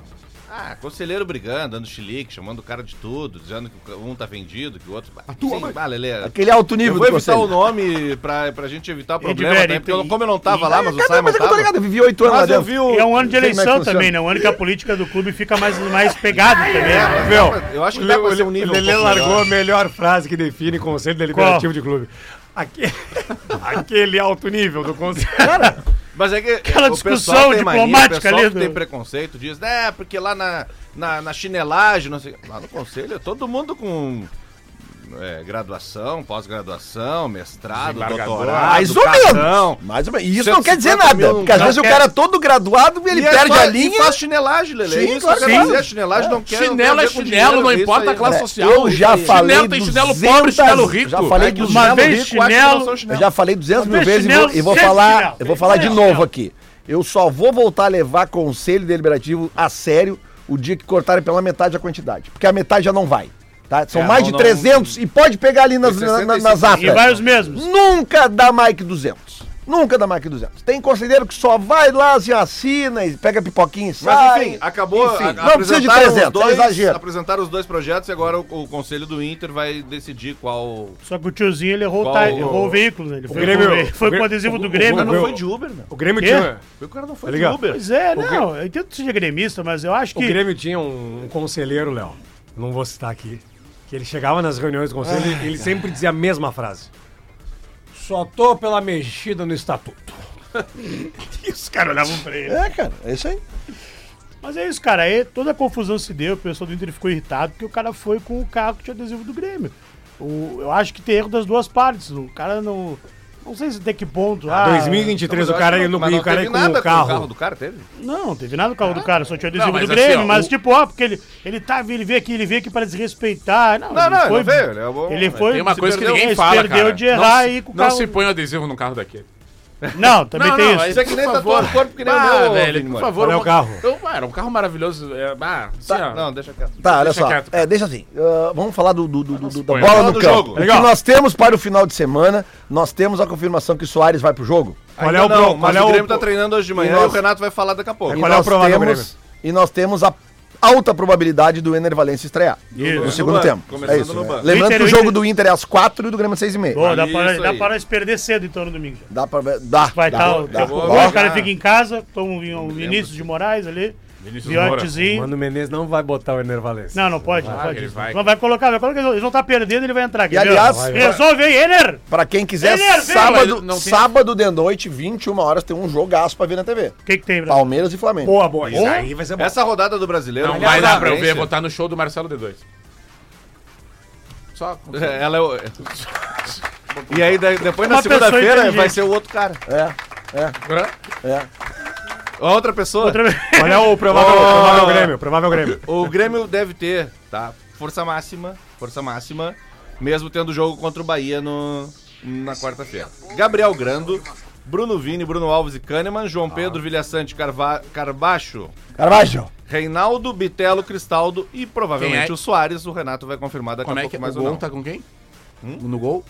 Speaker 4: Ah, conselheiro brigando, dando chilique, chamando o cara de tudo, dizendo que um tá vendido, que o outro. A tua Sim, ah, Lelê.
Speaker 2: aquele alto
Speaker 4: Eu
Speaker 2: nível
Speaker 4: vou
Speaker 2: do
Speaker 4: evitar o
Speaker 2: conselho.
Speaker 4: nome pra, pra gente evitar problema,
Speaker 3: Edberg,
Speaker 4: né? Porque eu,
Speaker 3: e-
Speaker 4: como eu não tava lá, mas o
Speaker 2: Cara,
Speaker 4: Simon
Speaker 2: mas é que eu tô ligado,
Speaker 4: tava.
Speaker 2: eu vivi oito anos lá
Speaker 4: Mas eu
Speaker 2: dentro.
Speaker 4: vi o.
Speaker 3: E é um ano
Speaker 2: Sei como é
Speaker 3: de
Speaker 2: que
Speaker 3: eleição
Speaker 2: funciona.
Speaker 3: também, né? Um ano que a política do clube fica mais, mais pegada também. né?
Speaker 4: Meu, eu acho que dá pra ser um
Speaker 5: Ele,
Speaker 4: nível. um
Speaker 5: Lelê
Speaker 4: pouco
Speaker 5: largou
Speaker 4: melhor.
Speaker 5: a melhor frase que define conselho deliberativo de clube. Aque- Aquele alto nível do conselho.
Speaker 4: Mas é que
Speaker 3: Aquela
Speaker 4: o pessoal
Speaker 3: discussão
Speaker 4: tem
Speaker 3: diplomática
Speaker 4: o pessoal
Speaker 3: ali
Speaker 4: que
Speaker 3: do-
Speaker 4: tem preconceito, diz, né, porque lá na, na, na chinelagem, não sei. Lá no conselho é todo mundo com é, graduação, pós-graduação, mestrado, doutorado.
Speaker 2: Mais ou
Speaker 4: cartão.
Speaker 2: menos. Mais ou menos. E isso não quer dizer
Speaker 4: 150 é mil
Speaker 2: nada.
Speaker 4: não
Speaker 2: Porque às
Speaker 4: dá.
Speaker 2: vezes o cara é todo graduado, ele
Speaker 4: E é
Speaker 2: perde
Speaker 4: só-
Speaker 2: a
Speaker 4: e
Speaker 2: linha.
Speaker 4: faz chinelagem, Lele. é
Speaker 2: Sim,
Speaker 4: Isso
Speaker 2: claro
Speaker 4: eu
Speaker 2: que
Speaker 4: quero
Speaker 2: sim.
Speaker 4: dizer, a chinelagem não quer. não
Speaker 6: Chinelo
Speaker 4: tem a
Speaker 6: é
Speaker 4: ver com
Speaker 6: chinelo,
Speaker 4: dinheiro,
Speaker 6: não
Speaker 4: é isso
Speaker 6: importa a
Speaker 4: aí.
Speaker 6: classe
Speaker 2: É,
Speaker 6: social.
Speaker 2: eu já falei
Speaker 6: Chinelo tem chinelo pobre,
Speaker 2: 200
Speaker 6: chinelo rico.
Speaker 2: já falei
Speaker 4: É que os
Speaker 2: Uma
Speaker 4: chinelos
Speaker 3: vez
Speaker 4: ricos acham que
Speaker 3: chinelo-
Speaker 4: não são
Speaker 2: Eu
Speaker 4: chinelo.
Speaker 2: já falei 200 mil
Speaker 3: Mas
Speaker 2: vezes e vou,
Speaker 3: chinelo
Speaker 2: e vou
Speaker 3: sempre
Speaker 2: falar,
Speaker 3: chinelo.
Speaker 2: eu vou falar de
Speaker 3: Chinelo,
Speaker 2: novo
Speaker 3: chinelo.
Speaker 2: aqui. Eu só vou voltar a levar conselho deliberativo a sério o dia que cortarem pela metade a quantidade, porque a metade já não vai. Tá? São
Speaker 4: É,
Speaker 2: mais
Speaker 4: não-
Speaker 2: de
Speaker 4: não-
Speaker 2: 300 e pode pegar ali nas,
Speaker 4: Os
Speaker 2: na- na-
Speaker 4: 65
Speaker 2: nas
Speaker 3: E
Speaker 2: atas.
Speaker 3: vai os mesmos.
Speaker 2: Nunca dá mais que 200. Nunca dá mais que 200. Tem conselheiro que só vai lá, se assina, e pega pipoquinha e sai.
Speaker 4: Mas enfim, acabou.
Speaker 2: Enfim,
Speaker 4: a-
Speaker 2: não precisa de
Speaker 4: apresentaram os
Speaker 2: 300, é
Speaker 4: dois-
Speaker 2: exagero.
Speaker 4: Apresentaram os dois projetos e agora o, o conselho do Inter vai decidir qual.
Speaker 3: Só que o tiozinho ele errou, o
Speaker 4: Qual-
Speaker 3: ti- errou o veículo, né? Ele foi,
Speaker 5: Grêmio-
Speaker 3: com, o- foi
Speaker 5: o Grêmio-
Speaker 3: com o adesivo
Speaker 5: o-
Speaker 3: do
Speaker 5: o-
Speaker 3: Grêmio.
Speaker 5: o- Não foi
Speaker 4: de Uber, meu.
Speaker 5: O Grêmio
Speaker 3: Quê?
Speaker 5: tinha.
Speaker 4: O cara não
Speaker 5: Tá
Speaker 4: foi de
Speaker 5: ligado?
Speaker 4: Uber.
Speaker 3: Pois é,
Speaker 5: Grêmio-
Speaker 3: não. Eu entendo que seja gremista, mas eu acho
Speaker 5: O
Speaker 3: que.
Speaker 5: Grêmio tinha um, um conselheiro, Léo. Não vou citar aqui. Que ele chegava nas reuniões do conselho e
Speaker 4: Ah.
Speaker 5: ele sempre dizia a mesma frase. Só tô pela mexida no estatuto.
Speaker 3: Os caras olhavam pra ele.
Speaker 2: É, cara, é isso aí.
Speaker 3: Mas é isso, cara. Aí toda a confusão se deu, o pessoal do Inter ficou irritado porque o cara foi com o carro que tinha adesivo do Grêmio. O- eu acho que tem erro das duas partes. O cara não. Não sei se até que ponto. Ah,
Speaker 5: 2023,
Speaker 4: Então, Mas
Speaker 5: o
Speaker 4: eu
Speaker 5: cara
Speaker 4: acho
Speaker 5: ia
Speaker 4: que não-
Speaker 5: no
Speaker 4: mas
Speaker 5: e o
Speaker 4: não
Speaker 5: cara
Speaker 4: teve
Speaker 5: ia com
Speaker 4: nada
Speaker 5: o carro.
Speaker 4: do cara teve?
Speaker 3: Não, não teve nada no carro do cara, só tinha adesivo
Speaker 6: Ah, Não, mas
Speaker 3: do Grêmio.
Speaker 6: assim, ó,
Speaker 3: mas
Speaker 6: o-
Speaker 3: tipo, ó, porque ele, ele tava, ele veio aqui, ele veio aqui para desrespeitar. Não,
Speaker 4: Não, não, ele
Speaker 3: foi,
Speaker 4: veio, ele é bom,
Speaker 3: ele
Speaker 4: mas
Speaker 3: foi.
Speaker 6: Tem uma
Speaker 3: se
Speaker 6: coisa que
Speaker 3: perdeu,
Speaker 6: ninguém
Speaker 3: se
Speaker 6: fala,
Speaker 3: perdeu
Speaker 6: cara.
Speaker 3: de errar
Speaker 6: não, se-
Speaker 3: aí com o
Speaker 6: não
Speaker 3: carro.
Speaker 6: se põe o adesivo no carro daquele.
Speaker 3: Não, também
Speaker 6: não,
Speaker 3: tem
Speaker 6: não,
Speaker 3: isso.
Speaker 6: Isso é que nem tatuou no
Speaker 4: corpo que nem
Speaker 6: ah,
Speaker 4: o meu,
Speaker 6: velho,
Speaker 4: Vini
Speaker 6: por
Speaker 4: Moura.
Speaker 6: favor.
Speaker 5: Qual é o
Speaker 6: eu-
Speaker 5: carro?
Speaker 6: Eu, ah, era um carro maravilhoso. É, ah, assim, ó.
Speaker 4: Não, deixa quieto.
Speaker 2: Tá, olha
Speaker 6: Deixa
Speaker 2: só.
Speaker 6: quieto,
Speaker 2: é, deixa assim. Ah, vamos falar do, do- do- do- da
Speaker 6: põe.
Speaker 2: bola
Speaker 4: Fala
Speaker 2: no
Speaker 4: do
Speaker 2: campo.
Speaker 4: jogo.
Speaker 2: O que
Speaker 5: Legal.
Speaker 2: nós temos para o final de semana, nós temos a confirmação que o Soares vai pro jogo.
Speaker 5: Qual
Speaker 4: Ainda
Speaker 5: é o
Speaker 4: não,
Speaker 5: pro-
Speaker 4: mas
Speaker 5: qual é
Speaker 4: o
Speaker 5: o
Speaker 4: Grêmio
Speaker 5: pro-
Speaker 4: tá treinando hoje de manhã
Speaker 2: E nós-
Speaker 4: e o Renato vai falar daqui a pouco.
Speaker 5: E qual é o
Speaker 2: nós
Speaker 5: provável
Speaker 2: temos-
Speaker 5: Grêmio?
Speaker 2: E nós temos a alta probabilidade do Ener Valência estrear no
Speaker 3: Isso.
Speaker 2: segundo
Speaker 4: banco,
Speaker 2: tempo.
Speaker 4: começando
Speaker 2: É isso,
Speaker 4: no
Speaker 2: né?
Speaker 4: banco.
Speaker 2: Lembrando
Speaker 3: Inter-
Speaker 2: que o jogo
Speaker 3: Inter-
Speaker 2: do Inter é às quatro e do Grêmio às seis e meia.
Speaker 3: Boa, dá para,
Speaker 4: Isso
Speaker 3: dá
Speaker 4: aí.
Speaker 3: para se perder cedo então no domingo já.
Speaker 2: Dá pra... Dá.
Speaker 3: Vai
Speaker 2: dá,
Speaker 3: estar.
Speaker 2: dá.
Speaker 4: vou-
Speaker 2: Ó,
Speaker 4: vou-
Speaker 3: o cara
Speaker 4: já.
Speaker 3: fica em casa, toma um, um Vinícius de Moraes ali.
Speaker 6: Vinícius Moura.
Speaker 3: Viotezinho.
Speaker 5: Mano Menezes não vai botar o Enervalência.
Speaker 3: Não, não pode, não
Speaker 6: Vai,
Speaker 3: pode.
Speaker 6: ele
Speaker 3: isso.
Speaker 6: vai.
Speaker 3: Mas vai colocar, vai colocar. Eles vão estar perdendo, ele vai entrar aqui.
Speaker 2: E,
Speaker 3: viu?
Speaker 2: aliás,
Speaker 3: Vai, vai. resolve aí, Ener!
Speaker 2: Pra quem quiser,
Speaker 3: Ener, vem,
Speaker 2: sábado,
Speaker 6: mas não tem-
Speaker 2: sábado de noite, 21 horas, tem um jogaço pra ver na TV.
Speaker 3: O que, que tem, Brasil?
Speaker 2: Palmeiras e Flamengo.
Speaker 5: Boa, boa. Isso aí vai ser bom.
Speaker 4: Essa rodada do brasileiro.
Speaker 6: Não
Speaker 4: aliás,
Speaker 6: vai dar pra eu ver,
Speaker 4: audiência,
Speaker 6: botar no show do Marcelo D2. Só.
Speaker 4: é, Ela é o... E aí, daí- depois na
Speaker 3: Uma pessoa
Speaker 4: segunda-feira, vai
Speaker 3: inteligente.
Speaker 4: ser o outro cara.
Speaker 2: É, é.
Speaker 4: Outra pessoa.
Speaker 3: Outra vez.
Speaker 5: Qual é o provável,
Speaker 4: Oh.
Speaker 5: provável Grêmio? Provável Grêmio.
Speaker 4: O Grêmio deve ter, tá? Força máxima, força máxima, mesmo tendo jogo contra o Bahia no, na quarta-feira. Gabriel Grando, Bruno Vini, Bruno Alves e Kahneman, João Pedro, Vilhaçante, Carva Carbacho,
Speaker 2: Carvalho.
Speaker 4: Reinaldo, Bitelo, Cristaldo e
Speaker 6: Quem
Speaker 4: provavelmente
Speaker 6: é?
Speaker 4: o Soares. O Renato vai confirmar daqui
Speaker 6: Como é
Speaker 4: a um pouco
Speaker 6: que
Speaker 4: mais
Speaker 6: o
Speaker 4: ou
Speaker 6: gol
Speaker 4: não.
Speaker 6: tá com quem?
Speaker 3: Hum?
Speaker 6: No gol?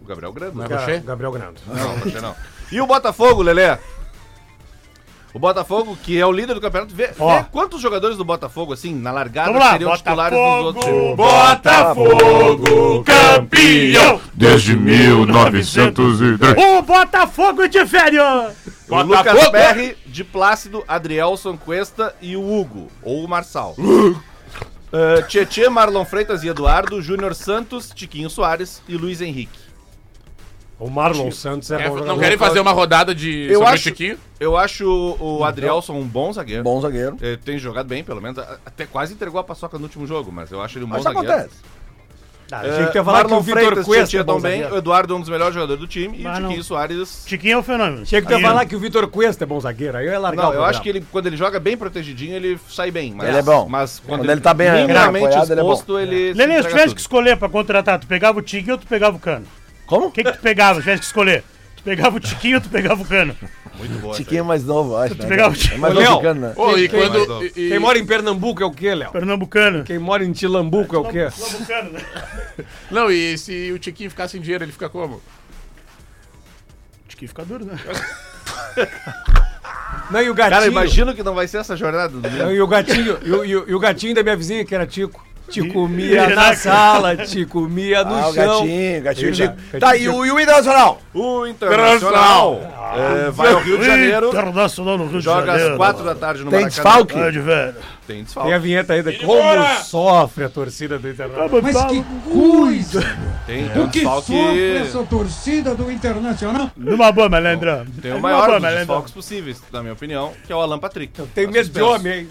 Speaker 4: O Gabriel Grando.
Speaker 6: Não é
Speaker 4: né?
Speaker 6: Rocher?
Speaker 5: Gabriel Grando.
Speaker 4: Não, Rocher não. E o Botafogo, Lelê? O Botafogo, que é o líder do campeonato, vê,
Speaker 3: Ó.
Speaker 4: vê quantos jogadores do Botafogo, assim, na largada,
Speaker 3: Vamos lá,
Speaker 4: seriam titulares dos outros times.
Speaker 3: Botafogo, Botafogo, campeão!
Speaker 10: Desde 1903.
Speaker 3: O Botafogo de férias!
Speaker 4: O Lucas Perry, de Plácido, Adrielson Cuesta e o Hugo, ou o Marçal. Uh, Tietê, Marlon Freitas e Eduardo, Júnior Santos, Tiquinho Soares e Luiz Henrique.
Speaker 5: O Marlon Santos é,
Speaker 6: É,
Speaker 5: bom
Speaker 6: não
Speaker 5: jogador.
Speaker 6: querem fazer uma rodada de
Speaker 4: Eu
Speaker 6: sobre
Speaker 4: acho-
Speaker 6: é o Chiquinho?
Speaker 4: Eu acho o o Adrielson um bom zagueiro.
Speaker 2: Bom zagueiro.
Speaker 4: Ele tem jogado bem, pelo menos. A- Até quase entregou a paçoca no último jogo, mas eu acho ele um bom
Speaker 2: Mas
Speaker 4: zagueiro.
Speaker 2: acontece.
Speaker 5: Ah,
Speaker 4: É,
Speaker 5: tinha que ter falado que o
Speaker 4: Marlon
Speaker 5: Vitor
Speaker 4: Freitas,
Speaker 5: Cuesta é
Speaker 4: Tietchan
Speaker 5: bom
Speaker 4: também.
Speaker 5: zagueiro.
Speaker 4: O Eduardo é um dos melhores jogadores do time.
Speaker 3: Mas
Speaker 4: e o
Speaker 3: não.
Speaker 4: Tiquinho Soares...
Speaker 3: Tiquinho é o fenômeno.
Speaker 5: Tinha que ter
Speaker 3: Aí,
Speaker 5: falado que o Vitor Cuesta é bom zagueiro. Aí eu ia largar
Speaker 4: Não,
Speaker 5: o
Speaker 4: eu acho
Speaker 5: programa.
Speaker 4: que ele, quando ele joga bem protegidinho, ele sai bem. Mas,
Speaker 2: Ele é bom.
Speaker 4: Mas quando,
Speaker 2: Quando ele tá bem
Speaker 4: minimamente
Speaker 2: apoiado, ele é bom.
Speaker 4: exposto, ele. se
Speaker 3: Lele, se
Speaker 4: entrega
Speaker 3: tivesse
Speaker 4: tudo.
Speaker 3: que escolher pra contratar, tu pegava o Tiquinho ou tu pegava o Cano?
Speaker 2: Como?
Speaker 3: O que, que tu pegava se tivesse que escolher? Tu pegava o Tiquinho ou tu pegava o Cano?
Speaker 4: Muito boa. essa aí.
Speaker 2: Tiquinho é mais novo, acho. né,
Speaker 3: pegava o
Speaker 2: cara? É mais
Speaker 5: Ô, Léo.
Speaker 2: mexicano, né?
Speaker 6: Pô, e
Speaker 5: quem-
Speaker 6: quando. e- e-
Speaker 5: Quem mora em Pernambuco é o quê, Léo?
Speaker 3: Pernambucano.
Speaker 5: Quem mora em Tilambuco é o quê?
Speaker 3: Pernambucano, né?
Speaker 6: Não, e se o Tiquinho ficar sem dinheiro, ele fica como?
Speaker 3: Tiquinho fica duro, né?
Speaker 5: Não, e o gatinho.
Speaker 4: Cara, imagino que não vai ser essa jornada do
Speaker 5: Não,
Speaker 4: domingo.
Speaker 5: e o gatinho, e o, e o- e o gatinho da minha vizinha, que era Tico. Te comia
Speaker 3: e-
Speaker 5: na sala, te comia no
Speaker 2: Ah, o
Speaker 5: chão.
Speaker 2: gatinho, o gatinho.
Speaker 5: Eita,
Speaker 2: Tico. Tá, e o, e o Internacional?
Speaker 4: O Internacional é, vai ao Rio de Janeiro,
Speaker 3: Internacional no Rio de
Speaker 4: joga
Speaker 3: Janeiro.
Speaker 4: às quatro da tarde no
Speaker 2: Tem desfalque?
Speaker 3: Vai de velho.
Speaker 4: Tem
Speaker 5: Tem a
Speaker 4: desfalque.
Speaker 5: vinheta aí da como sofre a torcida do Internacional.
Speaker 3: Mas que...
Speaker 4: Tem um desfalque.
Speaker 11: torcida do Internacional.
Speaker 3: Numa boa, malandrão.
Speaker 4: Tem o
Speaker 3: Numa
Speaker 4: maior
Speaker 3: boa,
Speaker 4: dos
Speaker 3: malandrão.
Speaker 4: desfalques possíveis, na minha opinião, que é o Alan Patrick.
Speaker 5: Tem
Speaker 4: Tá
Speaker 5: medo de
Speaker 4: suspenso.
Speaker 5: homem, hein?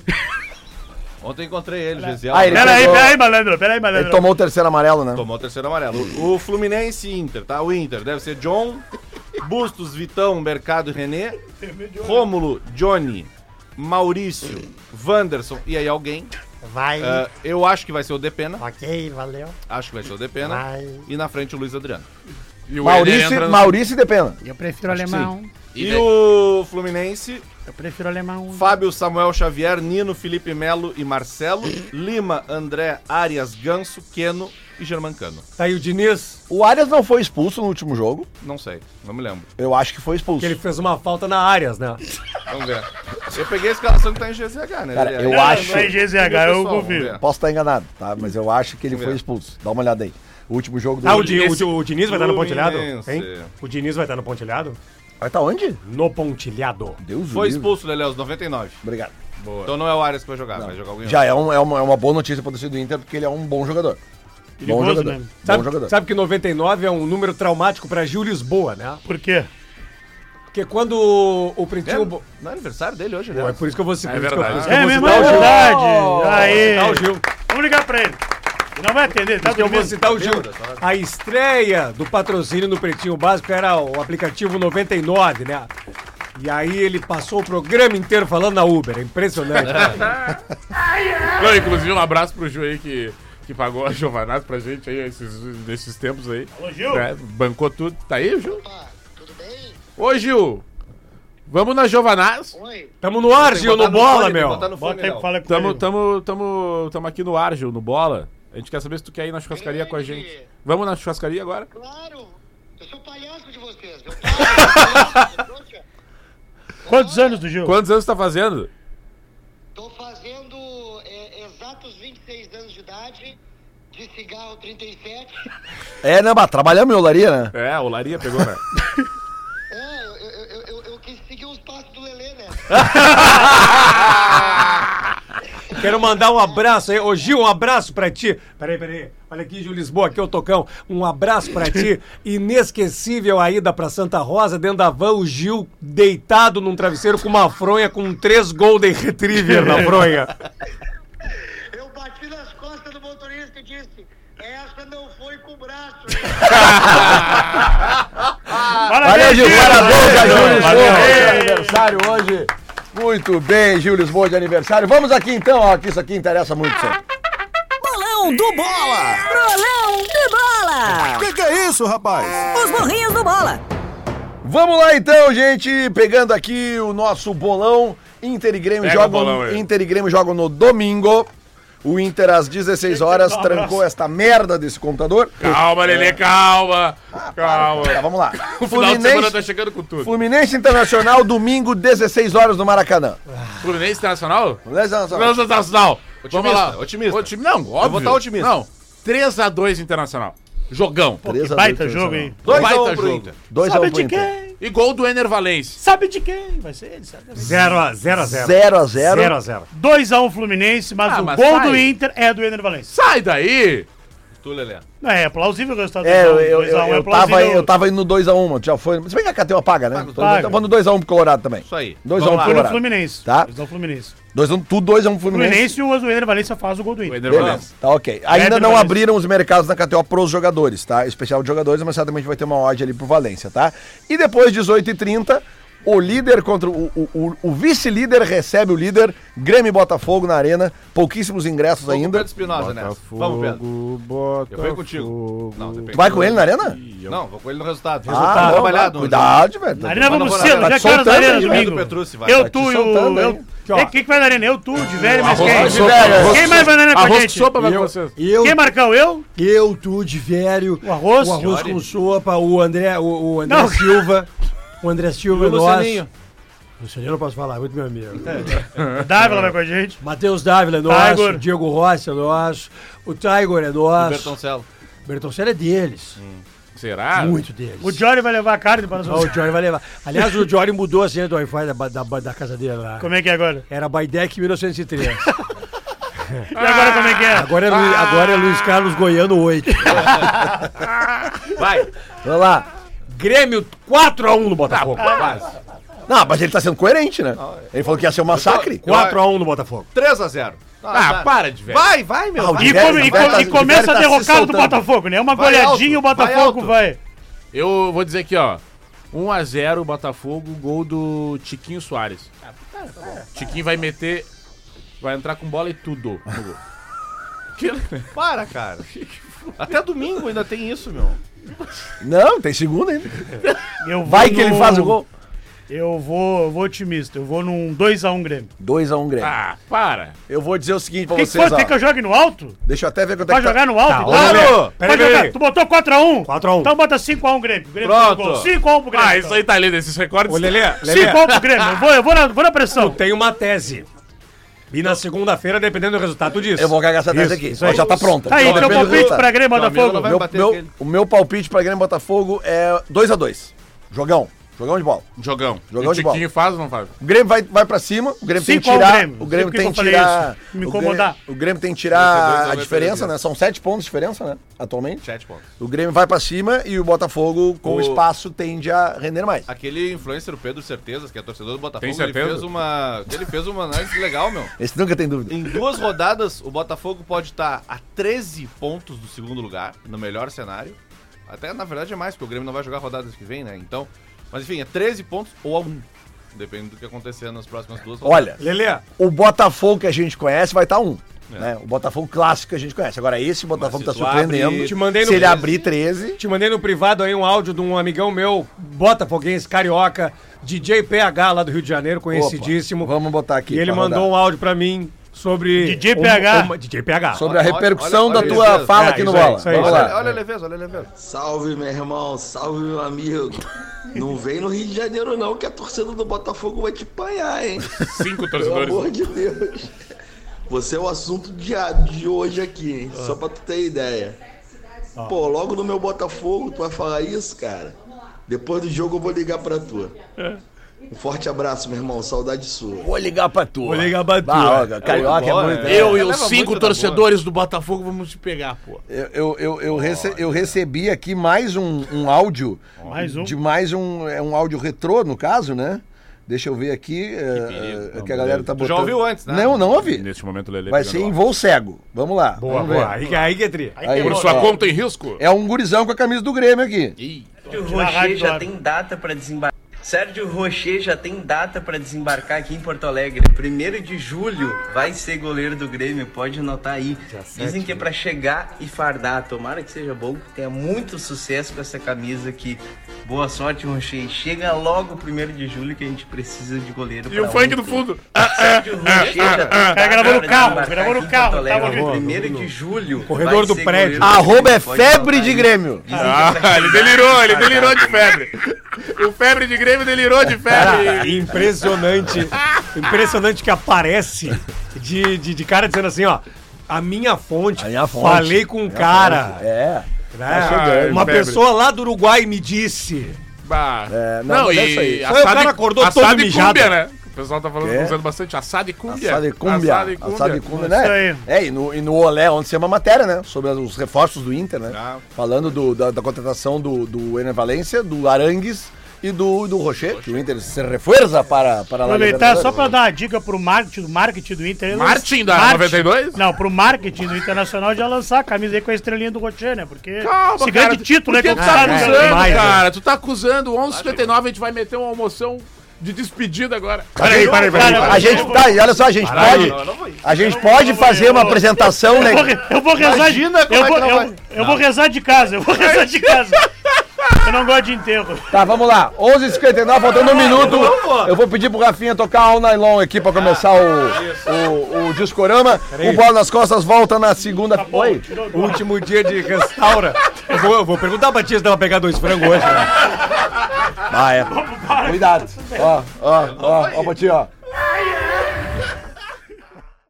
Speaker 4: Ontem encontrei ele, Gesiel.
Speaker 2: Ah, ele
Speaker 3: Pera aí,
Speaker 2: pegou-
Speaker 3: pera aí, malandro. Pera aí, malandro.
Speaker 2: Ele tomou o terceiro amarelo, né?
Speaker 4: Tomou o terceiro amarelo. O Fluminense e Inter, tá? O Inter deve ser John, Bustos, Vitão, Mercado e René, Rômulo, Johnny, Maurício, Wanderson e aí alguém.
Speaker 5: Vai,
Speaker 4: Ah, eu acho que vai ser o Depena.
Speaker 5: ok, valeu.
Speaker 4: Acho que vai ser o Depena.
Speaker 5: Vai.
Speaker 4: E na frente o Luiz Adriano.
Speaker 6: E o Éder entra
Speaker 2: Maurício,
Speaker 6: no-
Speaker 2: Maurício e Depena.
Speaker 3: Eu prefiro alemão.
Speaker 6: E
Speaker 4: E
Speaker 6: daí-
Speaker 4: o Fluminense,
Speaker 3: Eu prefiro alemão.
Speaker 4: Fábio, Samuel Xavier, Nino, Felipe Melo e Marcelo, Lima, André, Arias, Ganso, Queno e Germancano.
Speaker 5: Tá aí o Diniz,
Speaker 2: O Arias não foi expulso no último jogo.
Speaker 4: Não sei, não me lembro.
Speaker 2: Eu acho que foi expulso.
Speaker 5: que ele fez uma falta na Áreas, né?
Speaker 4: Vamos ver. Eu peguei a escalação que tá em GZH, né?
Speaker 2: Cara, eu
Speaker 4: Não,
Speaker 2: acho-
Speaker 4: não é em GZH, eu
Speaker 3: Vamos
Speaker 4: confio.
Speaker 2: Posso estar enganado, tá? Mas eu acho que ele
Speaker 4: Vamos
Speaker 2: foi
Speaker 4: ver.
Speaker 2: expulso. Dá uma olhada aí. O último jogo do.
Speaker 5: Ah, o, Di- o Di- o Diniz vai estar no Pontilhado?
Speaker 4: Fluminense.
Speaker 5: Hein? O Diniz vai estar no Pontilhado?
Speaker 2: Vai tá onde?
Speaker 5: No Pontilhado.
Speaker 2: Deus
Speaker 4: Foi
Speaker 2: o livre.
Speaker 4: expulso, Lelé, aos 99.
Speaker 2: Obrigado.
Speaker 4: Então não é o Arias que vai jogar, vai jogar alguém.
Speaker 2: Já é, um- é uma, é uma boa notícia pro torcedor do Inter, porque ele é um bom jogador. bom
Speaker 3: Perigoso,
Speaker 2: jogador.
Speaker 3: né?
Speaker 2: Bom jogador.
Speaker 5: Sabe, sabe que 99 é um número traumático pra Gil Lisboa, né?
Speaker 3: Por quê?
Speaker 5: Porque quando o, o Pretinho... Bo-
Speaker 4: É, não é aniversário dele hoje,
Speaker 5: Pô, é
Speaker 4: né?
Speaker 5: por isso que eu vou citar.
Speaker 6: É
Speaker 5: por isso que eu-
Speaker 6: verdade.
Speaker 5: por isso
Speaker 3: É
Speaker 5: que eu
Speaker 3: mesmo,
Speaker 5: vou
Speaker 3: é
Speaker 5: citar o Gil.
Speaker 3: verdade.
Speaker 5: Citar o
Speaker 3: Aí.
Speaker 5: Gil.
Speaker 3: Vamos ligar pra ele. Ele não vai atender, tá
Speaker 5: Eu vou
Speaker 3: dormindo.
Speaker 5: citar o Gil. A estreia do patrocínio no Pretinho Básico era o aplicativo 99, né? E aí ele passou o programa inteiro falando na Uber. É impressionante.
Speaker 6: Não, inclusive, um abraço pro Ju aí que, que pagou a Giovanato pra gente aí esses, nesses tempos aí.
Speaker 3: Alô, Gil?
Speaker 6: Né? Bancou tudo. Tá aí, Gil? Opa, tudo bem? Ô, Gil! Vamos na Giovanaz.
Speaker 5: Tamo no ar, Gil, no bola, meu.
Speaker 4: Botar no fone,
Speaker 3: Bota aí,
Speaker 4: Léo.
Speaker 3: fala com
Speaker 6: Tamo,
Speaker 3: ele.
Speaker 6: tamo, tamo, tamo aqui no ar, Gil, no bola. A gente quer saber se tu quer ir na churrascaria com a gente. Vamos na churrascaria agora?
Speaker 11: Claro, eu sou palhaço de vocês. Eu
Speaker 3: Quantos anos do Gil?
Speaker 6: Quantos anos tu tá fazendo?
Speaker 11: tô fazendo é, exatos 26 anos de idade, de cigarro 37.
Speaker 2: É, né, bah, trabalhamos em olaria, né?
Speaker 6: É, a olaria pegou, né?
Speaker 11: É, eu, eu, eu, eu, eu quis seguir os passos do Lelê, né?
Speaker 5: Quero mandar um abraço aí. Ô, Gil, um abraço pra ti. Peraí, peraí. Olha aqui, Gil Lisboa, aqui é o Tocão. Um abraço pra ti. Inesquecível a ida pra Santa Rosa, dentro da van, o Gil deitado num travesseiro com uma fronha com três Golden Retriever na fronha.
Speaker 11: Eu bati nas costas do motorista e disse: essa não foi com o braço.
Speaker 2: Valeu,
Speaker 3: Parabéns,
Speaker 2: Gil. Parabéns, a Gil
Speaker 3: Valeu.
Speaker 2: Lisboa. de aniversário hoje. Muito bem, Gil Lisboa de aniversário. Vamos aqui então, ó, que isso aqui interessa muito. senhor.
Speaker 12: Bolão do Bola! Bolão do Bola!
Speaker 10: Que que é isso, rapaz?
Speaker 12: Os burrinhos do Bola!
Speaker 2: Vamos lá então, gente. Pegando aqui o nosso bolão. Inter e Grêmio,
Speaker 6: Pega o
Speaker 2: jogam,
Speaker 6: bolão aí.
Speaker 2: Inter e Grêmio jogam no domingo. O Inter às 16 horas trancou esta merda desse computador.
Speaker 6: Calma, Lelê, calma! Calma!
Speaker 2: Tá, vamos lá.
Speaker 6: O final de semana
Speaker 2: Fluminense,
Speaker 6: tá chegando com tudo.
Speaker 2: Fluminense Internacional, domingo, 16 horas no Maracanã.
Speaker 6: Fluminense Internacional?
Speaker 2: Fluminense Internacional.
Speaker 6: Fluminense Internacional. Vamos lá.
Speaker 4: Tá. otimista.
Speaker 6: Otim- Não, óbvio.
Speaker 4: vou estar otimista.
Speaker 6: Não. 3x2 2 Internacional. Jogão.
Speaker 2: Três a dois
Speaker 3: Baita
Speaker 2: pro Internacional.
Speaker 3: jogo, hein?
Speaker 4: Dois a
Speaker 6: Baita
Speaker 4: um pro
Speaker 6: jogo.
Speaker 4: Inter.
Speaker 2: Dois a um
Speaker 3: Sabe
Speaker 2: pro
Speaker 3: de
Speaker 2: Inter.
Speaker 3: quem?
Speaker 6: E gol do Ener Valencia.
Speaker 3: Sabe de quem? Vai ser ele, certamente.
Speaker 5: 0x0. 0x0.
Speaker 2: 0x0.
Speaker 5: 0x0.
Speaker 3: 2x1 Fluminense, mas
Speaker 6: Ah,
Speaker 3: o
Speaker 6: mas
Speaker 3: gol
Speaker 6: sai.
Speaker 3: do Inter é do Ener Valencia.
Speaker 6: Sai daí!
Speaker 4: Tu, Lelé.
Speaker 3: Não, é plausível o resultado
Speaker 2: É,
Speaker 3: do
Speaker 2: eu, eu,
Speaker 3: jogo, 2 a 1
Speaker 2: eu, eu tava, eu tava indo no 2x1, mano. Já foi. Se bem que a KTO paga, né? Então, eu
Speaker 3: paga.
Speaker 2: Tava no 2x1 pro Colorado também.
Speaker 4: Isso aí.
Speaker 2: 2x1
Speaker 4: Vamos
Speaker 2: pro
Speaker 3: Foi
Speaker 4: lá.
Speaker 3: no
Speaker 2: Colorado.
Speaker 3: Fluminense.
Speaker 2: Tá.
Speaker 3: 2 a 1 Fluminense.
Speaker 2: 2x1, tu 2x1 pro Fluminense.
Speaker 3: Fluminense e o Ener Valencia faz o gol do Inter.
Speaker 2: Beleza, tá ok. Ainda
Speaker 3: Kleber
Speaker 2: não
Speaker 3: Valencia.
Speaker 2: abriram os mercados na KTO pros jogadores, tá? Especial de jogadores, mas certamente vai ter uma odd ali pro Valência, tá? E depois, 18h30, o líder contra o, o, o- o vice-líder recebe o líder, Grêmio e Botafogo na arena, pouquíssimos ingressos
Speaker 4: Vou com o
Speaker 2: ainda.
Speaker 4: Pedro Espinosa nessa. Vamos, Pedro.
Speaker 7: Bota.
Speaker 4: Eu venho contigo. Não, depende.
Speaker 2: Tu vai com ele
Speaker 3: né?
Speaker 2: na arena?
Speaker 4: Não, vou com ele no resultado.
Speaker 2: Ah, não,
Speaker 4: trabalhado.
Speaker 2: não, cuidado, velho.
Speaker 3: Na Arena vamos
Speaker 4: Mas não vou
Speaker 3: cedo,
Speaker 4: nada,
Speaker 2: tá
Speaker 3: já que horas na
Speaker 2: soltando
Speaker 3: Arena
Speaker 2: aí,
Speaker 4: Vai
Speaker 3: domingo?
Speaker 4: do Petrucci, vai.
Speaker 3: Eu,
Speaker 4: Tá
Speaker 3: tu
Speaker 2: te
Speaker 3: e o...
Speaker 2: soltando
Speaker 3: eu-
Speaker 2: aí.
Speaker 3: Ei, Quem que vai na Arena? Eu, tu, de velho, mas
Speaker 2: Arroz de
Speaker 3: quem?
Speaker 2: velho.
Speaker 3: Quem mais vai na Arena com a
Speaker 6: Arroz de
Speaker 3: gente?
Speaker 5: é
Speaker 6: sopa vai com vocês.
Speaker 13: Eu,
Speaker 3: Quem, Marcão? Eu?
Speaker 13: eu, tu, de velho,
Speaker 3: O arroz?
Speaker 13: o arroz
Speaker 4: Fiore.
Speaker 13: com sopa, o André, o, o André
Speaker 3: Não.
Speaker 13: Silva, o André Silva,
Speaker 4: E o
Speaker 13: nós.
Speaker 4: Lucianinho?
Speaker 13: Lucianinho eu não posso falar, é muito meu amigo.
Speaker 3: O Dávila vai com a gente.
Speaker 13: Matheus Dávila é nosso,
Speaker 3: Tiger.
Speaker 13: Diego Rossi é nosso, o Tiger é
Speaker 4: O
Speaker 13: nosso,
Speaker 4: Bertoncello.
Speaker 13: o Bertoncelli é deles,
Speaker 6: Será?
Speaker 13: muito deles.
Speaker 3: O Jory vai levar a carne para
Speaker 13: Ah, o
Speaker 3: nós.
Speaker 13: Jory vai levar. Aliás, o Jory mudou a senha do Wi-Fi da, ba- da, ba- da casa dele lá.
Speaker 3: Como é que é agora?
Speaker 13: Era Baidec 1903.
Speaker 3: E agora como é que é?
Speaker 13: Agora é, Lu- agora é Luiz Carlos Goiano 8.
Speaker 4: Vai.
Speaker 2: Vamos lá.
Speaker 5: Grêmio 4x1 no Botafogo.
Speaker 2: Não, mas ele tá sendo coerente, né?
Speaker 3: Ah, é.
Speaker 2: Ele falou que ia ser um massacre.
Speaker 13: 4x1 no Botafogo.
Speaker 4: 3x0.
Speaker 6: Ah, para de ver.
Speaker 4: Vai, vai, meu.
Speaker 2: Ah, o
Speaker 4: vai.
Speaker 3: E,
Speaker 2: Diverso,
Speaker 3: come- e
Speaker 2: diverso,
Speaker 3: co- e
Speaker 2: diverso
Speaker 3: começa
Speaker 2: tá
Speaker 3: a
Speaker 2: se
Speaker 3: derrocada do
Speaker 2: soltando.
Speaker 3: Botafogo, né? Uma
Speaker 4: Vai
Speaker 3: goleadinha o
Speaker 4: alto, vai
Speaker 3: Botafogo
Speaker 4: alto.
Speaker 3: vai.
Speaker 6: Eu vou dizer aqui, ó. 1x0 Botafogo, gol do Tiquinho Soares.
Speaker 4: Ah, tá
Speaker 6: Tiquinho vai meter. Vai entrar com bola e tudo no gol.
Speaker 4: Para, cara. Até domingo ainda tem isso, meu.
Speaker 2: Não, tem segunda ainda.
Speaker 3: Eu vou
Speaker 2: Vai que ele
Speaker 3: no-
Speaker 2: faz o gol.
Speaker 3: Eu vou, eu vou otimista. Eu vou num 2x1 Grêmio.
Speaker 2: 2x1 Grêmio.
Speaker 6: Ah, para!
Speaker 2: Eu vou dizer o seguinte pra
Speaker 3: Quem que
Speaker 2: vocês,
Speaker 3: foi?
Speaker 2: ó.
Speaker 3: Quer que eu jogue no alto?
Speaker 2: Deixa eu até ver quanto
Speaker 3: Vai
Speaker 2: é que tá.
Speaker 3: jogar no alto? então?
Speaker 2: vamos ver.
Speaker 5: Peraí,
Speaker 3: Vai jogar.
Speaker 5: peraí.
Speaker 3: Tu botou 4x1?
Speaker 5: 4x1.
Speaker 3: Então bota 5x1 Grêmio. Grêmio
Speaker 4: Pronto.
Speaker 3: fez o gol. 5x1 pro Grêmio. então.
Speaker 6: Ah, isso aí tá lindo, esses recordes.
Speaker 5: Ô, Lelê, Lelê,
Speaker 3: 5x1 pro Grêmio. Eu vou, eu vou, na, vou na pressão.
Speaker 5: tem uma tese. E na segunda-feira, dependendo do resultado, tu diz.
Speaker 2: Eu vou cagar essa tese aqui. Ó, já tá pronta.
Speaker 3: Tá aí,
Speaker 2: Então,
Speaker 3: teu
Speaker 2: depende do
Speaker 3: palpite
Speaker 2: resultado.
Speaker 3: pra Grêmio,
Speaker 4: Não, amigo, não
Speaker 3: Botafogo.
Speaker 4: vai-
Speaker 2: meu,
Speaker 4: bater
Speaker 2: meu-
Speaker 4: aquele.
Speaker 2: o meu palpite pra Grêmio e Botafogo é 2x2. Jogão. Jogão de bola.
Speaker 6: Jogão.
Speaker 2: Jogão
Speaker 6: o
Speaker 2: de bola.
Speaker 6: Tiquinho faz ou não faz?
Speaker 2: O Grêmio vai, vai pra cima. O Grêmio tem que
Speaker 3: Cinco ao
Speaker 2: tirar.
Speaker 3: Grêmio.
Speaker 2: O Grêmio
Speaker 3: Sempre que
Speaker 2: tem
Speaker 3: eu
Speaker 2: que
Speaker 3: falei
Speaker 2: tirar.
Speaker 3: isso, me
Speaker 2: o
Speaker 3: incomodar.
Speaker 2: Grêmio- O Grêmio tem que
Speaker 4: Vai ser é dois
Speaker 2: tirar
Speaker 4: a
Speaker 2: a
Speaker 4: dois,
Speaker 2: diferença,
Speaker 4: beleza.
Speaker 2: né? São sete pontos de diferença, né? Atualmente.
Speaker 4: Chat, pontos.
Speaker 2: O Grêmio vai pra cima e o Botafogo, com
Speaker 4: O-
Speaker 2: espaço, tende a render mais.
Speaker 4: Aquele influencer, o Pedro Certezas, que é torcedor do Botafogo,
Speaker 6: Tem
Speaker 4: ele
Speaker 6: certeza?
Speaker 4: fez uma. Ele fez uma análise legal, meu.
Speaker 2: Esse nunca tem dúvida.
Speaker 4: Em duas rodadas, o Botafogo pode estar a 13 pontos do segundo lugar, no melhor cenário. Até, na verdade, é mais, porque o Grêmio não vai jogar rodadas que vem, né? Então. Mas enfim, é 13 pontos ou a 1. Depende do que acontecer nas próximas duas
Speaker 2: Olha,
Speaker 5: Lelê,
Speaker 2: o Botafogo que a gente conhece vai estar um. Né? O Botafogo clássico que a gente conhece. Agora, esse Botafogo
Speaker 4: É. Mas
Speaker 2: tá
Speaker 4: se tu abre-
Speaker 2: surpreendendo.
Speaker 5: Te mandei no
Speaker 2: Se ele
Speaker 5: 13.
Speaker 2: abrir 13.
Speaker 5: te mandei no privado aí um áudio de um amigão meu, botafoguense, carioca, DJ PH lá do Rio de Janeiro, conhecidíssimo.
Speaker 2: Vamos botar aqui.
Speaker 5: e ele
Speaker 2: pra
Speaker 5: mandou
Speaker 2: rodar.
Speaker 5: um áudio pra mim sobre...
Speaker 3: DJ PH.
Speaker 5: DJ PH.
Speaker 2: Sobre a
Speaker 4: Olha,
Speaker 2: repercussão
Speaker 4: olha, olha,
Speaker 2: da
Speaker 4: olha,
Speaker 2: tua
Speaker 4: beleza.
Speaker 2: fala
Speaker 5: É,
Speaker 2: aqui no
Speaker 5: isso aí,
Speaker 2: bola.
Speaker 5: isso aí,
Speaker 2: Vamos
Speaker 5: isso
Speaker 2: lá.
Speaker 5: aí.
Speaker 4: Olha, olha a leveza, olha a leveza.
Speaker 11: Salve, meu irmão, salve, meu amigo. Não vem no Rio de Janeiro, não, que a torcida do Botafogo vai te apanhar, hein?
Speaker 6: Cinco
Speaker 11: Pelo
Speaker 6: torcedores.
Speaker 11: amor de Deus. Você é o assunto de, de hoje aqui, hein? Só pra tu ter ideia. Pô, logo no meu Botafogo, tu vai falar isso, cara? Depois do jogo eu vou ligar pra tu. Um forte abraço, meu irmão. Saudade sua.
Speaker 2: Vou ligar pra tua.
Speaker 5: Vou ligar pra tua.
Speaker 2: Bah, ó, carioca é muito.
Speaker 6: Eu e
Speaker 4: Leva
Speaker 6: os cinco
Speaker 4: muito da
Speaker 6: torcedores do Botafogo vamos te pegar, pô.
Speaker 2: Eu, eu, eu, eu rece- eu recebi aqui mais um, um áudio.
Speaker 3: Mais um?
Speaker 2: De mais um. É um áudio retrô, no caso, né? Deixa eu ver aqui. eh, eh, que a galera tá
Speaker 4: Tu
Speaker 2: botando.
Speaker 4: já ouviu antes, né?
Speaker 2: Não, não ouvi.
Speaker 6: Neste momento, Lelê.
Speaker 2: Vai ser em voo cego. Vamos lá.
Speaker 5: Boa,
Speaker 2: Vamos
Speaker 5: boa.
Speaker 2: ver.
Speaker 5: Aí, que- aí que é tri.
Speaker 2: Aí,
Speaker 6: Por
Speaker 2: ó.
Speaker 6: sua conta em risco?
Speaker 2: É um gurizão com a camisa do Grêmio aqui.
Speaker 14: Sérgio
Speaker 3: Na rádio
Speaker 14: Rocher
Speaker 3: do
Speaker 14: já
Speaker 3: ar.
Speaker 14: tem data para desembarcar. Sérgio Rocher já tem data para desembarcar aqui em Porto Alegre. 1 de julho vai ser goleiro do Grêmio, pode anotar aí. Dizem que é para chegar e fardar. Tomara que seja bom, que tenha muito sucesso com essa camisa aqui. Boa sorte, Rocher. Chega logo 1 de julho que a gente precisa de goleiro. um
Speaker 6: E o funk do Ah, é. fundo.
Speaker 14: Sérgio Rocher já tá tem
Speaker 3: Cara,
Speaker 14: data
Speaker 3: gravou no
Speaker 14: pra
Speaker 3: carro,
Speaker 14: desembarcar
Speaker 3: gravou no
Speaker 14: aqui em
Speaker 3: carro,
Speaker 14: Porto
Speaker 6: tá
Speaker 14: Alegre.
Speaker 3: tava ouvindo.
Speaker 14: 1º de julho.
Speaker 5: Corredor
Speaker 14: vai
Speaker 5: do
Speaker 14: ser goleiro
Speaker 5: prédio.
Speaker 14: do
Speaker 2: Arroba
Speaker 14: Grêmio,
Speaker 2: é
Speaker 14: pode anotar
Speaker 2: febre de
Speaker 14: aí.
Speaker 2: Grêmio.
Speaker 14: Dizem que é pra
Speaker 6: Ah, ele
Speaker 14: chegar
Speaker 6: delirou,
Speaker 14: e
Speaker 6: ele
Speaker 14: fardar.
Speaker 6: delirou de febre. O febre de Grêmio delirou de febre.
Speaker 5: Impressionante. Impressionante que aparece de, de, de cara dizendo assim, ó. A minha fonte.
Speaker 2: A minha fonte.
Speaker 5: Falei com um cara.
Speaker 2: É.
Speaker 5: né?
Speaker 6: chegando,
Speaker 5: Uma
Speaker 6: febre.
Speaker 5: pessoa lá do Uruguai me disse.
Speaker 6: Ah.
Speaker 2: É,
Speaker 6: não,
Speaker 2: mas
Speaker 6: e
Speaker 2: é isso aí.
Speaker 6: assado
Speaker 2: o cara
Speaker 6: e-
Speaker 2: acordou
Speaker 6: assado
Speaker 2: todo
Speaker 6: e
Speaker 2: mijado.
Speaker 6: cúmbia, né? O pessoal tá falando,
Speaker 2: É.
Speaker 6: usando bastante assado e cúmbia.
Speaker 2: Assado e cumbia.
Speaker 6: Assado e cúmbia.
Speaker 2: Assado e cumbia, né? É, e no, e no Olé, ontem saiu uma matéria, né? Sobre as- os reforços do Inter, né? Falando do- da, da contratação do, do Ener Valência, do Arangues e do, do Rocher, que o Inter se reforça para, para lá.
Speaker 3: Aproveitar só pra dar uma dica pro marketing, do marketing do Inter. ele lança-
Speaker 6: Martin da 92?
Speaker 3: Não, pro marketing do Internacional já lançar a camisa aí com a estrelinha do Rocher, né? Porque
Speaker 6: Calma,
Speaker 3: esse
Speaker 6: cara,
Speaker 3: grande título, né?
Speaker 6: por que tu tá
Speaker 3: conquistado no
Speaker 6: acusando,
Speaker 3: Uruguai, né?
Speaker 6: cara? Tu tá acusando, 11h59 a gente vai meter uma almoção de despedida agora.
Speaker 2: Peraí, peraí, peraí. Tá A gente tá, e olha só, a gente pode. A gente pode fazer uma apresentação, né?
Speaker 3: Eu vou, re- eu vou rezar
Speaker 2: Imagina
Speaker 3: de,
Speaker 2: como
Speaker 3: eu
Speaker 2: é
Speaker 3: vou,
Speaker 2: que não
Speaker 3: eu-
Speaker 2: vai.
Speaker 3: eu vou rezar de casa, eu vou rezar de casa. Eu não gosto de enterro.
Speaker 2: Tá, vamos lá. 11h59, faltando um minuto. Eu vou pedir pro Rafinha tocar All Night Long aqui pra começar o, o, o Discorama. O Bola nas Costas volta na segunda.
Speaker 3: Tá
Speaker 2: Oi?
Speaker 5: Último dia de restaura. Eu vou, eu vou perguntar pra tia se dá pra pegar dois frangos hoje. Né?
Speaker 2: Ah, é. Cuidado. Ó, ó, ó, ó, pra ti, ó.